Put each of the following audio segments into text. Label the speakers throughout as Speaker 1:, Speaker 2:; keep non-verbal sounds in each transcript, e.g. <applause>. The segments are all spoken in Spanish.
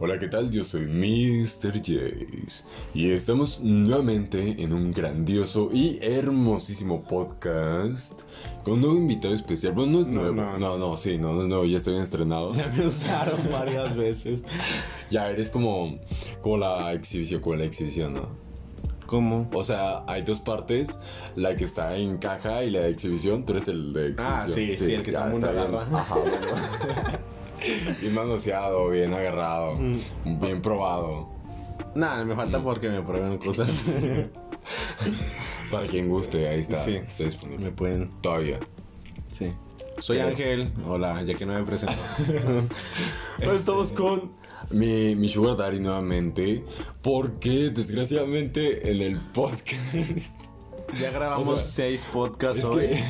Speaker 1: Hola, ¿qué tal? Yo soy Mr. Jace y estamos nuevamente en un grandioso y hermosísimo podcast con un nuevo invitado especial. Bueno, no es nuevo. No,
Speaker 2: no,
Speaker 1: no, sí, no, no es nuevo, ya estoy <laughs> estrenado.
Speaker 2: Ya me usaron varias veces.
Speaker 1: Ya eres como, como la exhibición, como la exhibición, ¿no?
Speaker 2: ¿Cómo?
Speaker 1: O sea, hay dos partes, la que está en caja y la de exhibición, tú eres el de exhibición.
Speaker 2: Ah, sí, sí, el que
Speaker 1: ya
Speaker 2: todo el mundo
Speaker 1: está bien.
Speaker 2: agarra.
Speaker 1: Ajá,
Speaker 2: <laughs>
Speaker 1: bueno. Bien manoseado, bien agarrado,
Speaker 2: Mm.
Speaker 1: bien probado.
Speaker 2: Nada, me falta porque me prueben cosas. <laughs>
Speaker 1: Para quien guste, ahí está.
Speaker 2: Sí.
Speaker 1: Está disponible.
Speaker 2: me pueden.
Speaker 1: Todavía.
Speaker 2: Sí. Soy
Speaker 1: Pero-
Speaker 2: Ángel. Hola, ya que no me
Speaker 1: <laughs>
Speaker 2: presento. Este,
Speaker 1: Ahora Pues estamos con mi, mi Sugar Daddy nuevamente. Porque desgraciadamente en el podcast. <laughs>
Speaker 2: ya grabamos
Speaker 1: O sea,
Speaker 2: seis podcasts
Speaker 1: es
Speaker 2: hoy.
Speaker 1: que-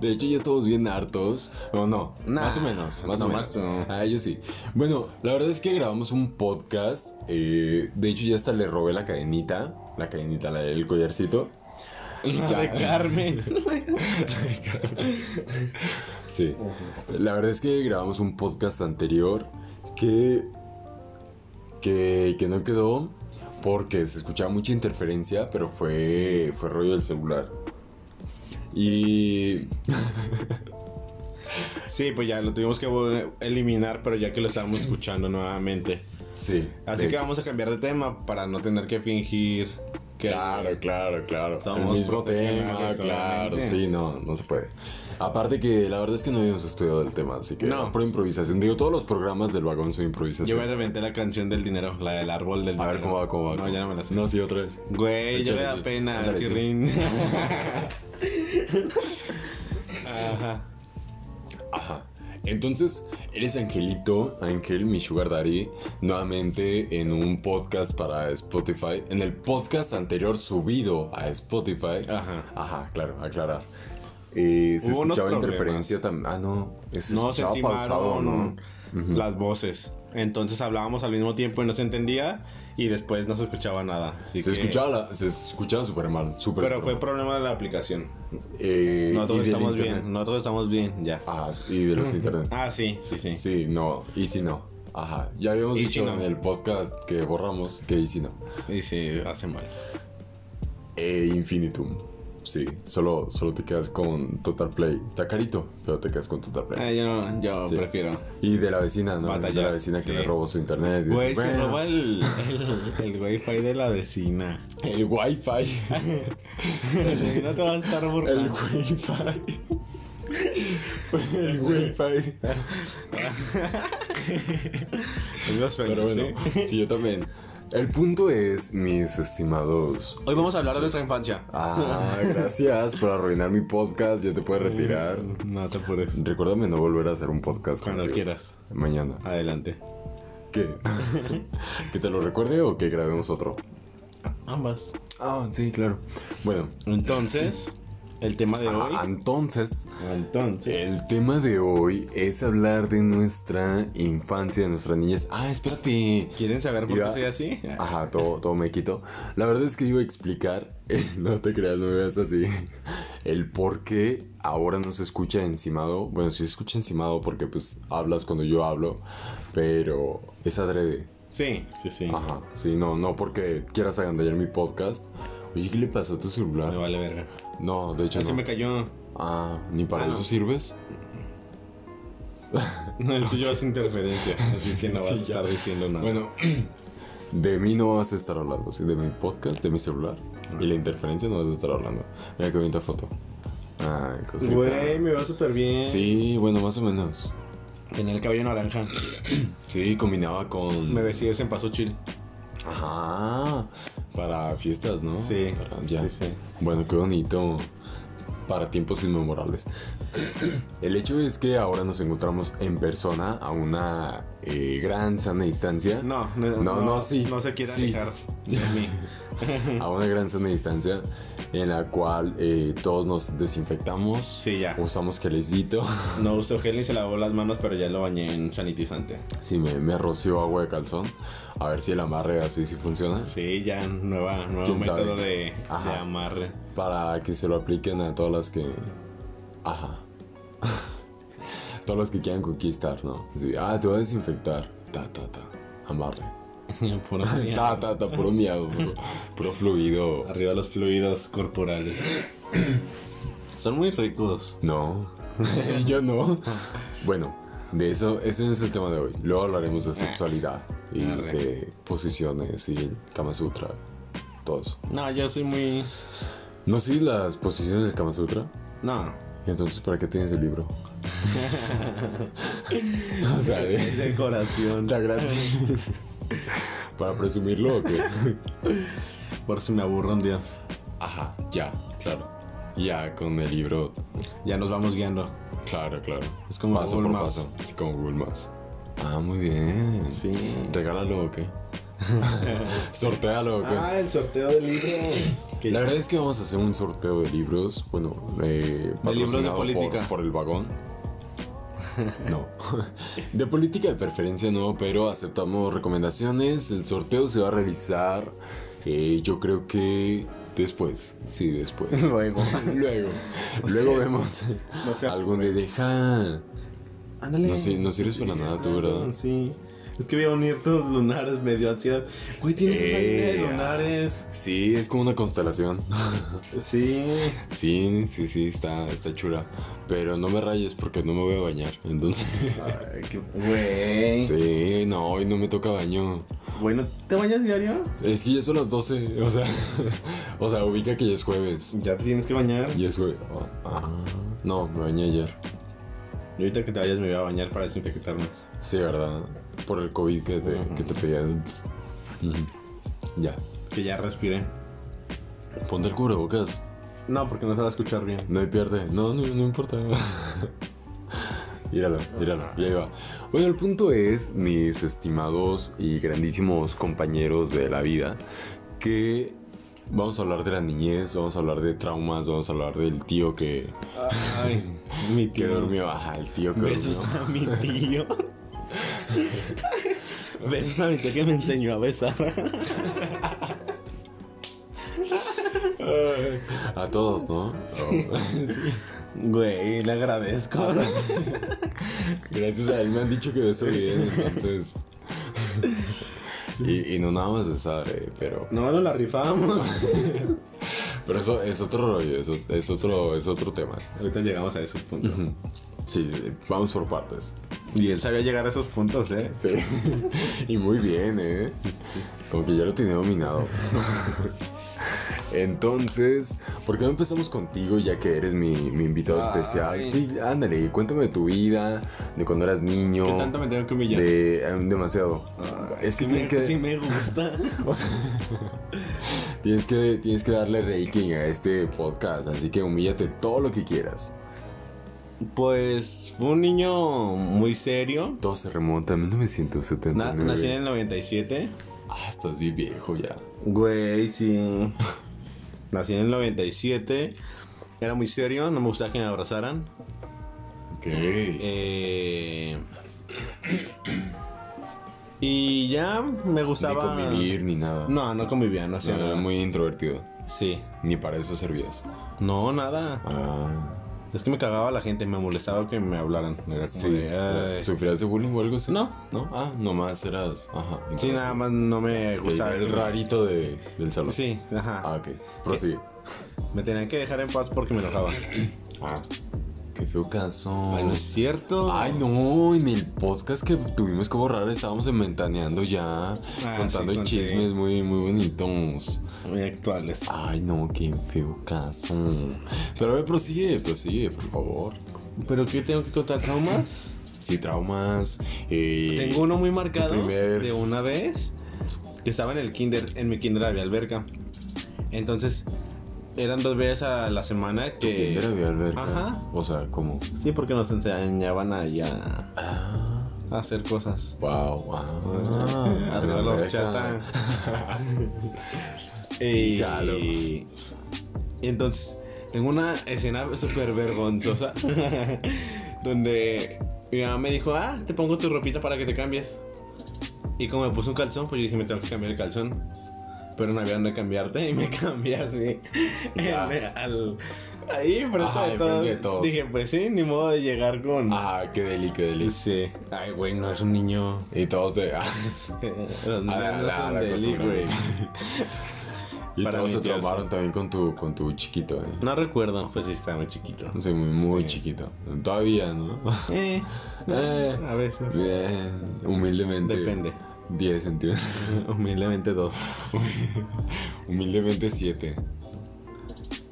Speaker 1: De hecho, ya estamos bien hartos. O no,
Speaker 2: Nah,
Speaker 1: más o menos. Más o
Speaker 2: no,
Speaker 1: menos.
Speaker 2: más no.
Speaker 1: Ah, yo sí. Bueno, la verdad es que grabamos un podcast. eh, de hecho, ya hasta le robé la cadenita. La cadenita, la del collarcito.
Speaker 2: <laughs> La
Speaker 1: Ya.
Speaker 2: de Carmen.
Speaker 1: Sí. La verdad es que grabamos un podcast anterior que, que, que no quedó porque se escuchaba mucha interferencia, pero fue, fue rollo del celular. Y
Speaker 2: <laughs> Sí, pues ya lo tuvimos que vol- eliminar, pero ya que lo estábamos escuchando nuevamente.
Speaker 1: sí.
Speaker 2: Así
Speaker 1: de
Speaker 2: que
Speaker 1: hecho.
Speaker 2: vamos a cambiar de tema para no tener que fingir que.
Speaker 1: Claro, claro, claro.
Speaker 2: Somos
Speaker 1: El mismo tema,
Speaker 2: profesionales,
Speaker 1: claro.
Speaker 2: obviamente.
Speaker 1: Sí, no, no se puede. Aparte que la verdad es que no habíamos estudiado el tema, así que
Speaker 2: No.
Speaker 1: por improvisación. Digo, todos los programas del vagón son improvisación.
Speaker 2: Yo me inventé la canción del dinero, la del árbol del
Speaker 1: a
Speaker 2: dinero.
Speaker 1: ver cómo va, cómo va.
Speaker 2: No,
Speaker 1: cómo
Speaker 2: ya
Speaker 1: va.
Speaker 2: no me la sé.
Speaker 1: No, sí, otra vez.
Speaker 2: Güey, ya me da
Speaker 1: Échale,
Speaker 2: pena
Speaker 1: ándale,
Speaker 2: decir
Speaker 1: sí. <laughs>
Speaker 2: rin. Ajá.
Speaker 1: Ajá. Entonces, eres Angelito, Ángel, mi sugar daddy, nuevamente en un podcast para Spotify. En el podcast anterior subido a Spotify.
Speaker 2: Ajá.
Speaker 1: Ajá, claro, aclarar. Eh, se
Speaker 2: Ah. Hubo unos
Speaker 1: escuchaba
Speaker 2: problemas.
Speaker 1: interferencia también. Ah, no. Se
Speaker 2: No se
Speaker 1: escuchaba pausado,
Speaker 2: encimaron
Speaker 1: ¿no? Ujú.
Speaker 2: las voces. Entonces hablábamos al mismo tiempo y no se entendía. Y después no se escuchaba nada. Así
Speaker 1: Se
Speaker 2: que-
Speaker 1: escuchaba, la- se escuchaba súper mal, súper
Speaker 2: Pero fue
Speaker 1: mal.
Speaker 2: problema de la aplicación.
Speaker 1: Eh, y
Speaker 2: Nosotros
Speaker 1: del
Speaker 2: estamos
Speaker 1: internet.
Speaker 2: bien. Nosotros estamos bien, ya.
Speaker 1: Ah, y de los
Speaker 2: <laughs>
Speaker 1: internet.
Speaker 2: Ah, sí, sí, sí.
Speaker 1: Sí, no, y si no. Ajá, ya habíamos
Speaker 2: Y
Speaker 1: dicho
Speaker 2: si no.
Speaker 1: en el podcast que borramos que y si no.
Speaker 2: Y sí, hace mal.
Speaker 1: E infinitum. Sí, solo, solo te quedas con Total Play. Está carito, pero te quedas con Total Play.
Speaker 2: Ah, yo no- yo
Speaker 1: Sí.
Speaker 2: prefiero.
Speaker 1: Y de la vecina, ¿no?
Speaker 2: Batallar,
Speaker 1: de la vecina que
Speaker 2: sí.
Speaker 1: le robó su internet. y dice,
Speaker 2: Güey, se
Speaker 1: "Bueno,
Speaker 2: roba el, el, el wifi de
Speaker 1: <laughs>
Speaker 2: la vecina.
Speaker 1: el
Speaker 2: <laughs>
Speaker 1: wifi.
Speaker 2: Ah, no te vas a estar
Speaker 1: El
Speaker 2: burlando.
Speaker 1: wifi. <laughs> El wifi.
Speaker 2: Tengo sueño,
Speaker 1: Pero bueno,
Speaker 2: ¿sí?
Speaker 1: sí, yo también. El punto es, mis estimados.
Speaker 2: Hoy vamos a hablar de nuestra infancia.
Speaker 1: Ah, gracias por arruinar mi podcast. Ya te puedes retirar.
Speaker 2: No te apures.
Speaker 1: Recuérdame no volver a hacer un podcast
Speaker 2: Mm. Cuando
Speaker 1: contigo.
Speaker 2: quieras.
Speaker 1: Mañana.
Speaker 2: Adelante.
Speaker 1: ¿Qué? <laughs> ¿Que te lo recuerde o que grabemos otro?
Speaker 2: Ambas.
Speaker 1: Ah, sí, claro. Bueno,
Speaker 2: Entonces, el tema de
Speaker 1: ah,
Speaker 2: hoy.
Speaker 1: entonces,
Speaker 2: Entonces.
Speaker 1: el tema de hoy es hablar de nuestra infancia, de nuestra niñez. Ah, espérate.
Speaker 2: ¿Quieren saber por
Speaker 1: Iba-
Speaker 2: qué soy así?
Speaker 1: Ajá, todo, todo me quito. La verdad es que iba a explicar, <laughs> eh, no te creas, no me veas así, el por qué ahora no se escucha encimado. Bueno, sí se escucha encimado porque pues hablas cuando yo hablo, pero es adrede.
Speaker 2: Sí, Ah, sí, sí.
Speaker 1: Ajá, sí, no, no porque quieras agandallar mi podcast. Oye, ¿qué le pasó a tu
Speaker 2: Me
Speaker 1: celular?
Speaker 2: vale verga.
Speaker 1: No, de hecho
Speaker 2: Ya se
Speaker 1: no.
Speaker 2: me cayó.
Speaker 1: Ah, ¿ni para
Speaker 2: Ah,
Speaker 1: eso
Speaker 2: no.
Speaker 1: sirves?
Speaker 2: No, el tuyo hace interferencia. Así <laughs> que no vas
Speaker 1: Sí,
Speaker 2: a
Speaker 1: ya.
Speaker 2: estar diciendo nada.
Speaker 1: Bueno, <clears throat> de mí no vas a estar hablando, ¿sí? De mi podcast, de mi celular
Speaker 2: Ah.
Speaker 1: y la interferencia no vas a estar hablando. Mira qué bonita foto. Ay, cosita.
Speaker 2: Güey, me va súper bien.
Speaker 1: Sí, bueno, más o menos.
Speaker 2: Tenía el cabello naranja.
Speaker 1: Sí, combinaba con...
Speaker 2: Me vestí de cempasúchil.
Speaker 1: Ajá, para fiestas, ¿no?
Speaker 2: Sí.
Speaker 1: Para- ya.
Speaker 2: Sí, sí.
Speaker 1: Bueno, qué bonito. Para tiempos inmemorables. <clears throat> El hecho es que ahora nos encontramos en persona a una eh, gran sana distancia.
Speaker 2: <laughs> No, no,
Speaker 1: No, no, sí,
Speaker 2: No se quiere
Speaker 1: sí.
Speaker 2: alejar de mí.
Speaker 1: a una gran sana distancia en la cual eh, todos nos desinfectamos,
Speaker 2: Sí, <laughs> ya.
Speaker 1: usamos gelecito. <laughs>
Speaker 2: No uso gel ni se lavó las manos, pero ya lo bañé en sanitizante.
Speaker 1: Sí, me, me roció agua de calzón. A ver si el amarre así sí funciona.
Speaker 2: Sí, ya, nueva, nuevo
Speaker 1: ¿Quién
Speaker 2: método
Speaker 1: sabe?
Speaker 2: de,
Speaker 1: Ajá.
Speaker 2: de amarre. <laughs>
Speaker 1: Para que se lo apliquen a todas las que. <laughs> Ajá. todas las que quieran conquistar, ¿no? Sí, Ah, te voy a desinfectar. ta, ta, ta. Amarre.
Speaker 2: Puro
Speaker 1: Ta, ta, ta, puro miado, puro, puro fluido.
Speaker 2: Arriba los fluidos corporales. Son muy ricos.
Speaker 1: No, <laughs> yo no. Bueno, de eso, ese no es el tema de hoy. Luego hablaremos de sexualidad y
Speaker 2: Arre.
Speaker 1: de posiciones y Kama Sutra, todo eso.
Speaker 2: No, yo soy muy.
Speaker 1: ¿No sigues las posiciones del Kama Sutra?
Speaker 2: <laughs> No.
Speaker 1: ¿Y entonces para qué tienes el <laughs> libro? o sea, de-
Speaker 2: Decoración.
Speaker 1: está gratis. ¿Para presumirlo o qué?
Speaker 2: Por si me aburro un día.
Speaker 1: Ajá, ya, claro. Ya con el libro,
Speaker 2: Ya nos vamos guiando.
Speaker 1: claro, claro.
Speaker 2: Es como
Speaker 1: paso
Speaker 2: Google
Speaker 1: por
Speaker 2: Maps.
Speaker 1: paso. Es como Google Maps. Ah, muy bien.
Speaker 2: Sí.
Speaker 1: Regálalo o
Speaker 2: <laughs>
Speaker 1: qué? Sortéalo o qué?
Speaker 2: Ah, el sorteo de libros.
Speaker 1: La verdad es que vamos a hacer un sorteo de libros, bueno, eh,
Speaker 2: De libros de
Speaker 1: patrocinado
Speaker 2: política.
Speaker 1: Por, por el
Speaker 2: <laughs>
Speaker 1: vagón. No. <laughs> De política de preferencia no, pero aceptamos recomendaciones. El sorteo se va a realizar, eh, yo creo que después. Sí, después.
Speaker 2: <laughs> <laughs> Luego.
Speaker 1: Luego. Luego
Speaker 2: sea,
Speaker 1: vemos.
Speaker 2: <laughs> no sea-
Speaker 1: algún de deja.
Speaker 2: Ándale.
Speaker 1: No sir- no sirves para nada tú, ¿verdad?
Speaker 2: Sí. Es que voy a unir tus lunares, me dio ansiedad. Güey, tienes una línea de
Speaker 1: Eh, ah.
Speaker 2: lunares.
Speaker 1: Sí, es como una constelación. <laughs>
Speaker 2: ah. Sí.
Speaker 1: Sí, sí, sí, está, está chula. Pero no me rayes porque no me voy a bañar. Entonces. <laughs>
Speaker 2: Ay, qué. Güey.
Speaker 1: Sí, no, hoy no me toca baño.
Speaker 2: Bueno, ¿te bañas diario?
Speaker 1: Es que ya son las 12, o sea, <laughs> o sea, ubica que ya es jueves.
Speaker 2: Ya te tienes que bañar.
Speaker 1: Ya es jueves. Ah, ah, no, me bañé ayer.
Speaker 2: Y ahorita que te vayas me voy a bañar para desinfectarme.
Speaker 1: Sí, ¿verdad? Por el COVID que te, que te pedían. Ujú. Ya.
Speaker 2: Que ya respire.
Speaker 1: Ponte el cubrebocas.
Speaker 2: No, porque no se va a escuchar bien.
Speaker 1: No hay pierde. No, no, no importa. <laughs> Míralo, míralo, ya iba. Bueno, el punto es, mis estimados y grandísimos compañeros de la vida, que vamos a hablar de la niñez, vamos a hablar de traumas, vamos a hablar del tío que,
Speaker 2: Ay, <laughs> mi
Speaker 1: que durmió. Ajá, el tío que
Speaker 2: Besos
Speaker 1: durmió.
Speaker 2: a mi <laughs> tío. Besos a mi tío que me enseñó a besar.
Speaker 1: A todos, ¿no? Oh.
Speaker 2: Güey, le agradezco. <laughs>
Speaker 1: Gracias a él me han dicho que beso bien, entonces. Y, y no nada más de saber, pero.
Speaker 2: No, no la rifamos.
Speaker 1: Pero eso es otro rollo, eso, es otro, es otro tema.
Speaker 2: Ahorita llegamos a esos puntos.
Speaker 1: Sí, vamos por partes.
Speaker 2: Y él sabía llegar a esos puntos, ¿eh?
Speaker 1: Sí. <laughs> y muy bien, ¿eh? Como que ya lo tenía
Speaker 2: <laughs>
Speaker 1: dominado. Entonces, ¿por qué no empezamos contigo ya que eres mi, mi invitado
Speaker 2: Ay.
Speaker 1: especial? Sí, ándale, cuéntame de tu vida, de cuando eras niño.
Speaker 2: ¿Qué tanto me tengo que humillar?
Speaker 1: de, eh, demasiado.
Speaker 2: Ay,
Speaker 1: es que
Speaker 2: sí
Speaker 1: tienen
Speaker 2: me-
Speaker 1: que...
Speaker 2: Sí me gusta.
Speaker 1: o sea, <laughs> tienes que tienes que darle rating a este podcast, así que humíllate todo lo que quieras.
Speaker 2: <laughs> Pues fue un niño muy serio.
Speaker 1: Todo se remonta a 1979.
Speaker 2: Na- nací en el 97.
Speaker 1: Ah, estás bien viejo ya.
Speaker 2: Güey, sí. <laughs> Nací en el 97. Era muy serio, no me gustaba que me abrazaran.
Speaker 1: Ok.
Speaker 2: Eh, <coughs> Y ya me
Speaker 1: Ni
Speaker 2: gustaba.
Speaker 1: convivir ni nada.
Speaker 2: No, no convivía, no hacía
Speaker 1: No,
Speaker 2: nada.
Speaker 1: era muy introvertido.
Speaker 2: Sí.
Speaker 1: Ni para eso servías.
Speaker 2: No, nada.
Speaker 1: Ah,
Speaker 2: Es que me cagaba la gente, me molestaba que me hablaran. Era como
Speaker 1: sí.
Speaker 2: de, "Ah, "Ay".
Speaker 1: ¿Sufrías de bullying o algo así?
Speaker 2: No.
Speaker 1: No, ah, nomás eras. Ajá.
Speaker 2: Sí,
Speaker 1: introvertido.
Speaker 2: nada más no me
Speaker 1: Ok,
Speaker 2: gustaba.
Speaker 1: el rarito de, del salón.
Speaker 2: Sí, Eh. ajá.
Speaker 1: Ah, ok. Prosigue.
Speaker 2: Me tenían que dejar en paz porque me
Speaker 1: <clears throat>
Speaker 2: enojaba.
Speaker 1: Ah. Qué feo caso.
Speaker 2: Ay, no es cierto.
Speaker 1: Ay, no, en el podcast que tuvimos que borrar estábamos mentaneando ya,
Speaker 2: Ah,
Speaker 1: contando
Speaker 2: sí, conté.
Speaker 1: chismes muy, muy bonitos.
Speaker 2: Muy actuales.
Speaker 1: Ay, no, qué feo caso. Pero a ver, prosigue, prosigue, por favor.
Speaker 2: ¿Pero qué tengo que contar traumas?
Speaker 1: Sí, traumas. eh,
Speaker 2: Tengo uno muy marcado
Speaker 1: primer-
Speaker 2: de una vez que estaba en el kinder, en mi kinder había alberca. Entonces, eran dos veces a la semana
Speaker 1: ¿Tu
Speaker 2: que
Speaker 1: kinder había alberca?
Speaker 2: eh, Ajá.
Speaker 1: O sea, ¿cómo?
Speaker 2: Sí, porque nos enseñaban ahí a,
Speaker 1: Ah,
Speaker 2: a hacer cosas.
Speaker 1: wow, <laughs> ah,
Speaker 2: Pues, eh, <laughs> Arriba
Speaker 1: la
Speaker 2: la
Speaker 1: alberca.
Speaker 2: horchata.
Speaker 1: <laughs>
Speaker 2: y,
Speaker 1: Ya lo-
Speaker 2: y entonces, tengo una escena súper
Speaker 1: <laughs>
Speaker 2: vergonzosa donde mi mamá me dijo, ah, te pongo tu ropita para que te cambies. Y como me puso un calzón, pues yo dije, me tengo que cambiar el <laughs> calzón. Pero no había dónde cambiarte y me cambié así
Speaker 1: Ya.
Speaker 2: al, Ahí, frente
Speaker 1: Ajá,
Speaker 2: de,
Speaker 1: enfrente
Speaker 2: todos,
Speaker 1: de todos.
Speaker 2: Dije, pues sí, ni modo de llegar con.
Speaker 1: Ah, qué deli, qué deli.
Speaker 2: Sí. Ay, güey, no es un niño.
Speaker 1: Y todos de. ah,
Speaker 2: Los
Speaker 1: a la-
Speaker 2: niños no
Speaker 1: la-
Speaker 2: son
Speaker 1: la
Speaker 2: deli,
Speaker 1: costumbre.
Speaker 2: güey.
Speaker 1: y
Speaker 2: Para
Speaker 1: todos se
Speaker 2: limpiarse.
Speaker 1: traumaron también con tu, con tu chiquito, eh.
Speaker 2: No recuerdo, pues sí, estaba
Speaker 1: <laughs>
Speaker 2: muy chiquito.
Speaker 1: Sí, muy, muy
Speaker 2: Sí.
Speaker 1: chiquito. Todavía, ¿no? <laughs>
Speaker 2: Eh,
Speaker 1: Eh,
Speaker 2: a veces.
Speaker 1: Bien, humildemente.
Speaker 2: Depende.
Speaker 1: 10 centímetros.
Speaker 2: Humildemente dos.
Speaker 1: Humildemente 7.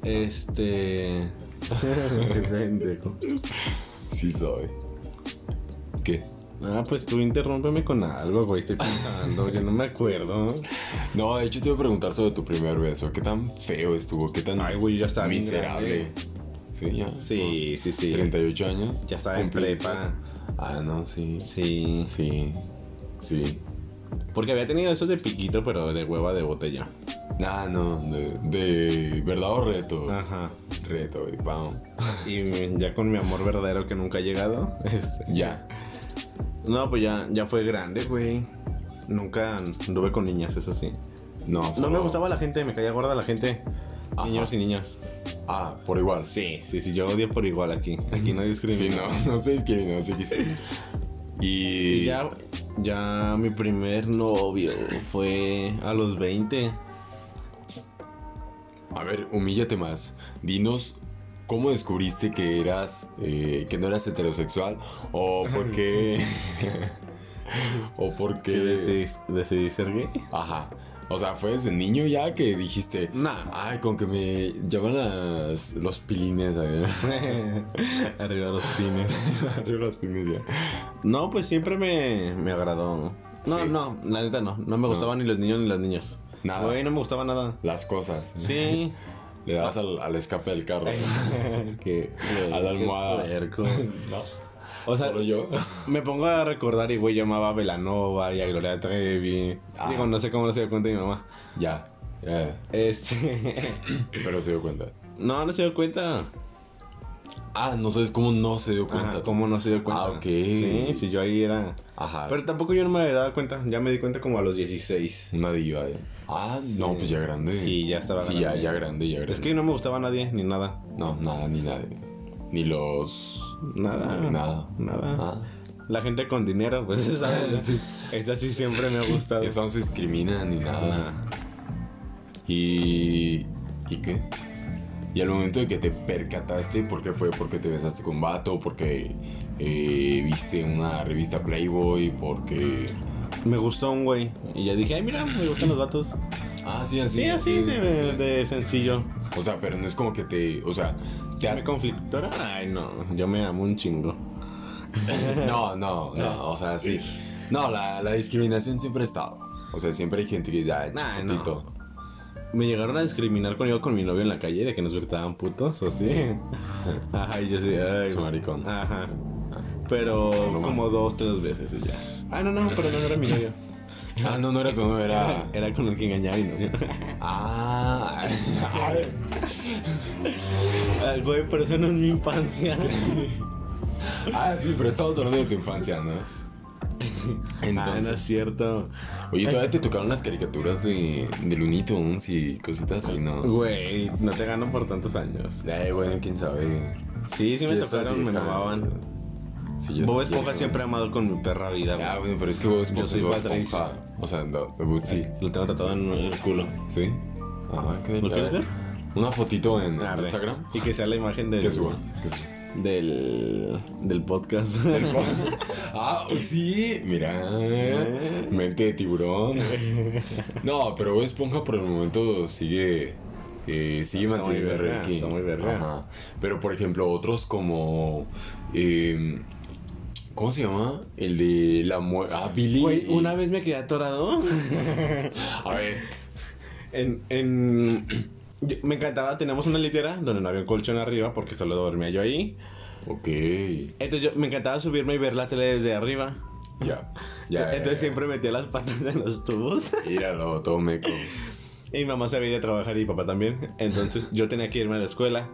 Speaker 2: Este. Qué pendejo.
Speaker 1: Sí soy. ¿Qué?
Speaker 2: Ah, pues tú interrúmpeme con algo, güey. Estoy pensando, yo no me acuerdo.
Speaker 1: No, de hecho te iba a preguntar sobre tu primer beso. ¿Qué tan feo estuvo? ¿Qué tan
Speaker 2: Ay, güey, yo ya estaba bien
Speaker 1: miserable?
Speaker 2: grande.
Speaker 1: Sí, ya.
Speaker 2: Sí, sí, sí.
Speaker 1: 38 años.
Speaker 2: Ya estaba en
Speaker 1: cumplidos.
Speaker 2: prepa.
Speaker 1: Ah, no, sí.
Speaker 2: Sí.
Speaker 1: Sí. Sí.
Speaker 2: Porque había tenido esos de piquito, pero de hueva de botella.
Speaker 1: Ah, no. De, de verdad o reto.
Speaker 2: Ajá.
Speaker 1: Reto, güey. Vamos.
Speaker 2: Y mi- ya con mi amor verdadero que nunca ha llegado. Este.
Speaker 1: Ya.
Speaker 2: No, pues ya, ya fue grande, güey. Nunca anduve con niñas, eso sí.
Speaker 1: No.
Speaker 2: No
Speaker 1: solo-
Speaker 2: me gustaba la gente, me caía gorda la gente.
Speaker 1: Ajá.
Speaker 2: Niños y niñas.
Speaker 1: Ah, por igual.
Speaker 2: Sí, sí, sí, yo odio por igual aquí. Aquí no
Speaker 1: Sí,
Speaker 2: discrimino.
Speaker 1: no, <laughs> no se discriminó, sí que sí. Y,
Speaker 2: Y ya, ya mi primer novio fue a los 20.
Speaker 1: A ver, humíllate más. Dinos cómo descubriste que eras. eh, que no eras heterosexual. O por
Speaker 2: <laughs>
Speaker 1: qué. o por
Speaker 2: ¿Qué
Speaker 1: qué.
Speaker 2: decidís- decidí ser gay? <laughs>
Speaker 1: Ajá. O sea, fue desde niño ya que dijiste.
Speaker 2: Nah.
Speaker 1: Ay, con que me llaman las, los pilines.
Speaker 2: <laughs>
Speaker 1: ¿eh?
Speaker 2: Arriba los pines.
Speaker 1: Arriba los pilines ya.
Speaker 2: No, pues siempre me, me agradó. No,
Speaker 1: Sí.
Speaker 2: no, la neta no. No me gustaban ni los niños ni las niñas.
Speaker 1: Nada.
Speaker 2: Güey, no me gustaba nada.
Speaker 1: Las cosas.
Speaker 2: Sí.
Speaker 1: Le das al, al escape del carro.
Speaker 2: <laughs> que,
Speaker 1: <laughs> A la almohada.
Speaker 2: qué
Speaker 1: <laughs>
Speaker 2: puerco.
Speaker 1: ¿No?
Speaker 2: O sea,
Speaker 1: Solo
Speaker 2: <laughs>
Speaker 1: yo.
Speaker 2: me pongo a recordar y güey llamaba a Belanova y a Gloria Trevi.
Speaker 1: Ah.
Speaker 2: Digo, no sé cómo se dio cuenta mi mamá.
Speaker 1: ya. ya,
Speaker 2: Este. <laughs>
Speaker 1: Pero se dio cuenta.
Speaker 2: no, no se dio cuenta.
Speaker 1: Ah, no sabes cómo no se dio cuenta.
Speaker 2: Ajá, ¿Cómo no se dio cuenta?
Speaker 1: Ah, ok. Ah.
Speaker 2: Sí, sí, yo ahí era.
Speaker 1: Ajá.
Speaker 2: Pero tampoco yo no me daba cuenta. Ya me di cuenta como a los 16.
Speaker 1: Una diva. eh. Ah, no, pues ya grande.
Speaker 2: Sí, ya estaba
Speaker 1: Sí,
Speaker 2: grande.
Speaker 1: ya, ya grande, ya grande.
Speaker 2: Es que no me gustaba nadie ni nada.
Speaker 1: No, nada, ni nadie. Ni los...
Speaker 2: Nada.
Speaker 1: Nada.
Speaker 2: Nada.
Speaker 1: Ah.
Speaker 2: La gente con dinero, pues, <laughs>
Speaker 1: <laughs>
Speaker 2: ¿sabes? Esta sí siempre me ha gustado.
Speaker 1: Ah. Eso no se discrimina ni nada.
Speaker 2: Ah.
Speaker 1: Y... ¿Y qué? Y al momento de que te percataste, ¿por qué fue? ¿Porque te besaste con vato? ¿Porque eh, viste una revista Playboy? ¿Porque...?
Speaker 2: Me gustó un güey. Y ya dije, ay, mira, me gustan los vatos.
Speaker 1: Ah, sí, así.
Speaker 2: Sí, así, de,
Speaker 1: así.
Speaker 2: de sencillo.
Speaker 1: O sea, pero no es como que te... O sea, te...
Speaker 2: ¿Me conflictora? Ay, no. Yo me amo un chingo.
Speaker 1: <laughs> No, no, no, o sea, sí. No, la, la discriminación siempre ha estado. O sea, siempre hay gente que dice, ay,
Speaker 2: Nah,
Speaker 1: chiquitito".
Speaker 2: Me llegaron a discriminar cuando iba con mi novio en la calle de que nos gritaban putos o sí. <laughs> Ajá, y yo sí, ay,
Speaker 1: Tu maricón.
Speaker 2: Ajá. Pero
Speaker 1: no,
Speaker 2: como dos, tres veces y ya. Ah, no, no, pero yo no era mi novio.
Speaker 1: Ah, no, no era tu no <laughs> era...
Speaker 2: Era con el que engañaba mi <laughs> novio.
Speaker 1: Ah, <laughs>
Speaker 2: Ah, Güey, pero eso no es mi <laughs> infancia.
Speaker 1: ah, sí, pero estamos hablando de tu infancia, ¿no?
Speaker 2: Ah, no es
Speaker 1: Entonces,
Speaker 2: cierto.
Speaker 1: oye, todavía te tocaron las caricaturas de, de Looney Tunes y cositas así, ¿no?
Speaker 2: Güey, no te gano por tantos años.
Speaker 1: Ay, bueno, quién sabe.
Speaker 2: Sí, sí me tocaron, me mamaban.
Speaker 1: Sí, ya-
Speaker 2: Bob
Speaker 1: ya
Speaker 2: Esponja
Speaker 1: sé.
Speaker 2: siempre he amado con mi perra vida.
Speaker 1: Ah,
Speaker 2: güey.
Speaker 1: bueno, pero es que Bob Esponja.
Speaker 2: soy
Speaker 1: es Bob
Speaker 2: patricio.
Speaker 1: Esponja. O sea, no, no, sí.
Speaker 2: Lo tengo tratado en el culo.
Speaker 1: ¿Sí? Ah, qué
Speaker 2: ¿Lo quieres
Speaker 1: a
Speaker 2: ver?
Speaker 1: Una fotito en
Speaker 2: Arre.
Speaker 1: Instagram.
Speaker 2: Y que sea la imagen del,
Speaker 1: Que suba. que suba.
Speaker 2: del, del podcast.
Speaker 1: ah, sí. Mira.
Speaker 2: Ah.
Speaker 1: Mente de
Speaker 2: <laughs>
Speaker 1: tiburón. No, pero Bob Esponja por el momento sigue. eh, sigue
Speaker 2: Está muy
Speaker 1: manteniendo el
Speaker 2: verga,
Speaker 1: ranking.
Speaker 2: está muy verga.
Speaker 1: Ajá. Pero por ejemplo, otros como. eh, ¿Cómo se llama? El de la muerte. Ah, Billy.
Speaker 2: Güey, una vez me quedé atorado
Speaker 1: A ver.
Speaker 2: en... en- yo- me encantaba, teníamos una litera donde no había un colchón arriba porque solo dormía yo ahí.
Speaker 1: Ok.
Speaker 2: Entonces yo, me encantaba subirme y ver la tele desde arriba.
Speaker 1: Ya. Ya.
Speaker 2: Entonces
Speaker 1: ya,
Speaker 2: siempre metía las patas en los tubos. <laughs>
Speaker 1: ya. Míralo, todo meco.
Speaker 2: Y mi mamá se había ido a trabajar y mi papá también. Entonces yo tenía que irme a la escuela.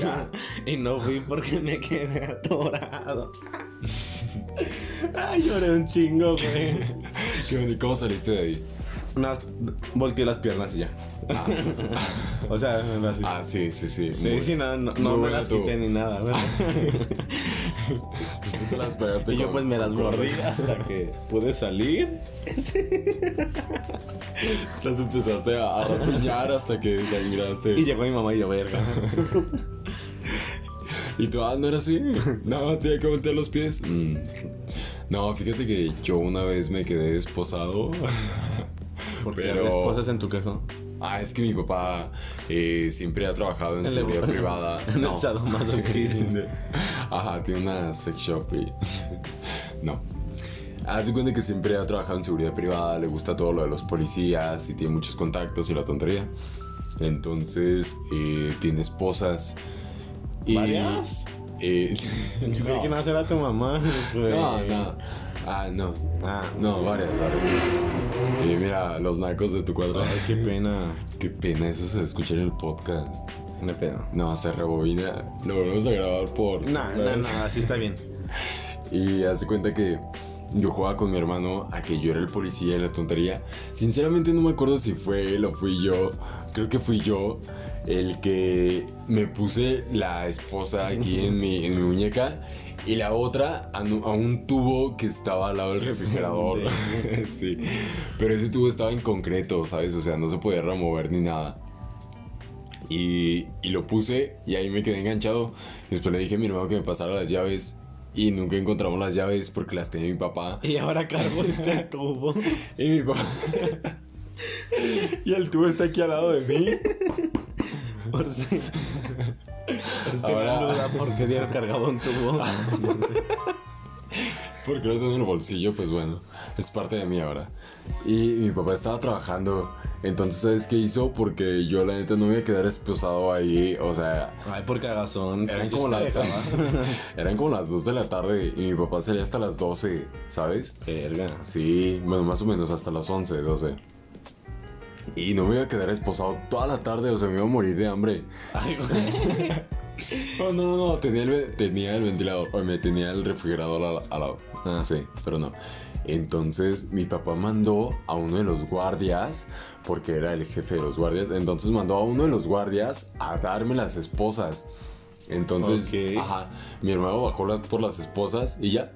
Speaker 1: Ya.
Speaker 2: <laughs> Y no fui porque me quedé atorado. <laughs> Ay, lloré un chingo, güey. <laughs>
Speaker 1: ¿Qué onda? ¿Y ¿Cómo saliste de ahí?
Speaker 2: Una, volteé las piernas y ya. o sea, así.
Speaker 1: Ah, sí, sí, sí.
Speaker 2: Sí,
Speaker 1: muy-
Speaker 2: sí, no, no,
Speaker 1: muy
Speaker 2: no me
Speaker 1: buena
Speaker 2: las
Speaker 1: tu-
Speaker 2: quité ni <laughs> nada, ¿verdad?
Speaker 1: tú te las pegaste
Speaker 2: Y yo
Speaker 1: con-
Speaker 2: pues me las
Speaker 1: con-
Speaker 2: mordí <laughs> hasta que pude salir.
Speaker 1: Las empezaste a, a rasguñar hasta que desangraste.
Speaker 2: Y
Speaker 1: Y,
Speaker 2: llegó mi mamá y yo, verga. <laughs>
Speaker 1: tú, ah, no era así. Nada más tenía que voltear los pies. Mm. No, fíjate que yo una vez me quedé desposado.
Speaker 2: Porque
Speaker 1: Pero-
Speaker 2: Pero... esposas en tu casa.
Speaker 1: Ah, es que mi papá eh, siempre ha trabajado en
Speaker 2: En la-
Speaker 1: seguridad privada.
Speaker 2: <laughs> en el sadomasoquismo.
Speaker 1: <laughs> Ajá, tiene una sex shop y... <laughs> no. Haz de cuenta que siempre ha trabajado en seguridad privada, le gusta todo lo de los policías y tiene muchos contactos y la tontería. Entonces, eh, tiene esposas. Y,
Speaker 2: ¿Varias?
Speaker 1: eh, <laughs>
Speaker 2: Yo creí
Speaker 1: no,
Speaker 2: que no será tu <laughs> mamá. güey.
Speaker 1: no, no. Ah, no.
Speaker 2: Ah,
Speaker 1: No, varias, varias. Y mira, los nacos de tu cuadra.
Speaker 2: Ay, qué pena.
Speaker 1: Qué pena eso se escuchar el podcast.
Speaker 2: Me pedo.
Speaker 1: No, se rebobina. Lo volvemos a grabar por.
Speaker 2: No, no, no, así está bien.
Speaker 1: Y hace cuenta que yo jugaba con mi hermano a que yo era el policía en la tontería. Sinceramente no me acuerdo si fue él o fui yo. Creo que fui yo el que me puse la esposa aquí en mi, en mi muñeca y la otra a, nu- a un tubo que estaba al lado del refrigerador.
Speaker 2: <laughs>
Speaker 1: <laughs> sí. Pero ese tubo estaba en concreto, ¿sabes? O sea, no se podía remover ni nada. Y, y lo puse y ahí me quedé enganchado. Después le dije a mi hermano que me pasara las llaves. Y nunca encontramos las llaves porque las tenía mi papá.
Speaker 2: Y ahora cargo <laughs> este tubo.
Speaker 1: Y mi papá. <laughs> y el tubo está aquí al lado de mí.
Speaker 2: Por si. Es que
Speaker 1: Ahora-
Speaker 2: no duda porque dieron cargado un tubo.
Speaker 1: Porque lo tengo en el bolsillo, pues bueno, es parte de mí ahora. Y mi papá estaba trabajando. Entonces, ¿sabes qué hizo? Porque yo la neta no me iba a quedar esposado ahí. O sea,
Speaker 2: <laughs> Ay, por cagazón.
Speaker 1: Eran
Speaker 2: Yo
Speaker 1: como,
Speaker 2: sí
Speaker 1: las,
Speaker 2: te dejaba. <laughs>
Speaker 1: eran como las 2 de la tarde y mi papá salía hasta las 12, ¿sabes?
Speaker 2: Eh, Verga.
Speaker 1: Sí, bueno, más o menos hasta las 11, 12. Y no me iba a quedar esposado toda la tarde, o sea, me iba a morir de hambre.
Speaker 2: Ay, güey.
Speaker 1: No, no, no, tenía el, ve- tenía el ventilador, o me tenía el refrigerador al, al lado.
Speaker 2: Ah.
Speaker 1: Sí, pero no. Entonces mi papá mandó a uno de los guardias, porque era el jefe de los guardias, entonces mandó a uno de los guardias a darme las esposas. Entonces,
Speaker 2: Ok.
Speaker 1: ajá, mi hermano bajó la- por las esposas y ya,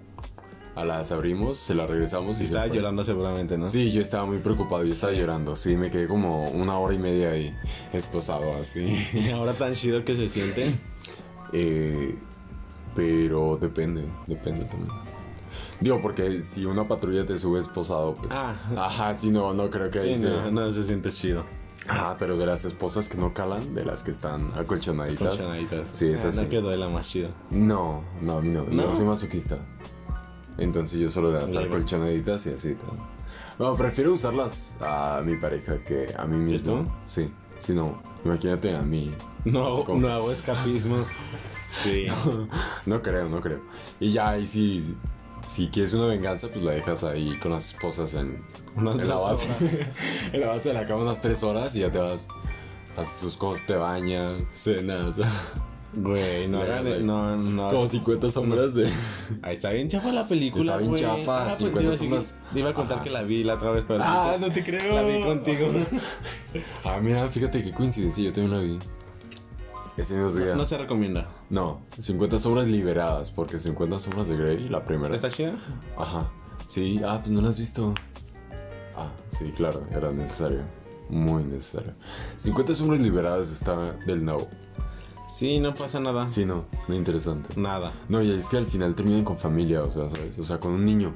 Speaker 1: a las abrimos, se las regresamos.
Speaker 2: Sí,
Speaker 1: y se
Speaker 2: estaba
Speaker 1: fue.
Speaker 2: llorando seguramente, ¿no?
Speaker 1: Sí, yo estaba muy preocupado, yo estaba llorando, sí, me quedé como una hora y media ahí, esposado así. <laughs>
Speaker 2: Y ahora tan chido que se <laughs> siente.
Speaker 1: Eh, pero depende, depende también. Digo, porque si una patrulla te sube esposado, pues.
Speaker 2: Ah,
Speaker 1: Ajá, sí, no, no creo que ahí
Speaker 2: sí,
Speaker 1: sea.
Speaker 2: no, no se siente chido.
Speaker 1: Ah, pero de las esposas que no calan, de las que están acolchonaditas.
Speaker 2: Colchonaditas.
Speaker 1: Sí, es
Speaker 2: Ah,
Speaker 1: así.
Speaker 2: No que duela más chido.
Speaker 1: No, no, a mí no. Yo
Speaker 2: ¿No?
Speaker 1: soy masoquista. Entonces yo solo de las
Speaker 2: Leve.
Speaker 1: acolchonaditas y así. tal. No, prefiero usarlas a mi pareja que a mí mismo.
Speaker 2: tú?
Speaker 1: Sí, sí, no. Imagínate a mí.
Speaker 2: No,
Speaker 1: Así
Speaker 2: hago-
Speaker 1: como-
Speaker 2: no hago escapismo. <laughs> Sí.
Speaker 1: No creo, no creo. Y ya, y si, si quieres una venganza, pues la dejas ahí con las esposas en,
Speaker 2: Unas
Speaker 1: en la
Speaker 2: dos
Speaker 1: base.
Speaker 2: horas.
Speaker 1: <laughs> en la base de la cama unas tres horas y ya te vas. Haces tus cosas, te bañas, cenas.
Speaker 2: Güey,
Speaker 1: Le
Speaker 2: no hagan.
Speaker 1: das like.
Speaker 2: No,
Speaker 1: <laughs>
Speaker 2: no.
Speaker 1: Como 50 sombras de.
Speaker 2: Ahí está bien chafa la película,
Speaker 1: Está bien
Speaker 2: güey.
Speaker 1: chafa, 50
Speaker 2: Ah, te iba a decir-
Speaker 1: sombras.
Speaker 2: Te iba a contar
Speaker 1: Ajá. Ah,
Speaker 2: que la vi la otra vez, pero...
Speaker 1: no te creo.
Speaker 2: La vi contigo.
Speaker 1: Ah, mira, fíjate qué coincidencia, yo también la vi. Ese mismo día.
Speaker 2: No se recomienda.
Speaker 1: No, 50 sombras liberadas, porque 50 sombras de Grey, la primera.
Speaker 2: ¿Está chida?
Speaker 1: Ajá. Sí, ah, pues no lo has visto. Ah, sí, claro, era necesario. Muy necesario. 50 sombras liberadas está del no.
Speaker 2: Sí, no pasa nada.
Speaker 1: Sí, no, no interesante.
Speaker 2: Nada.
Speaker 1: No, y es que al final terminan con familia, o sea, ¿sabes? O sea, con un niño.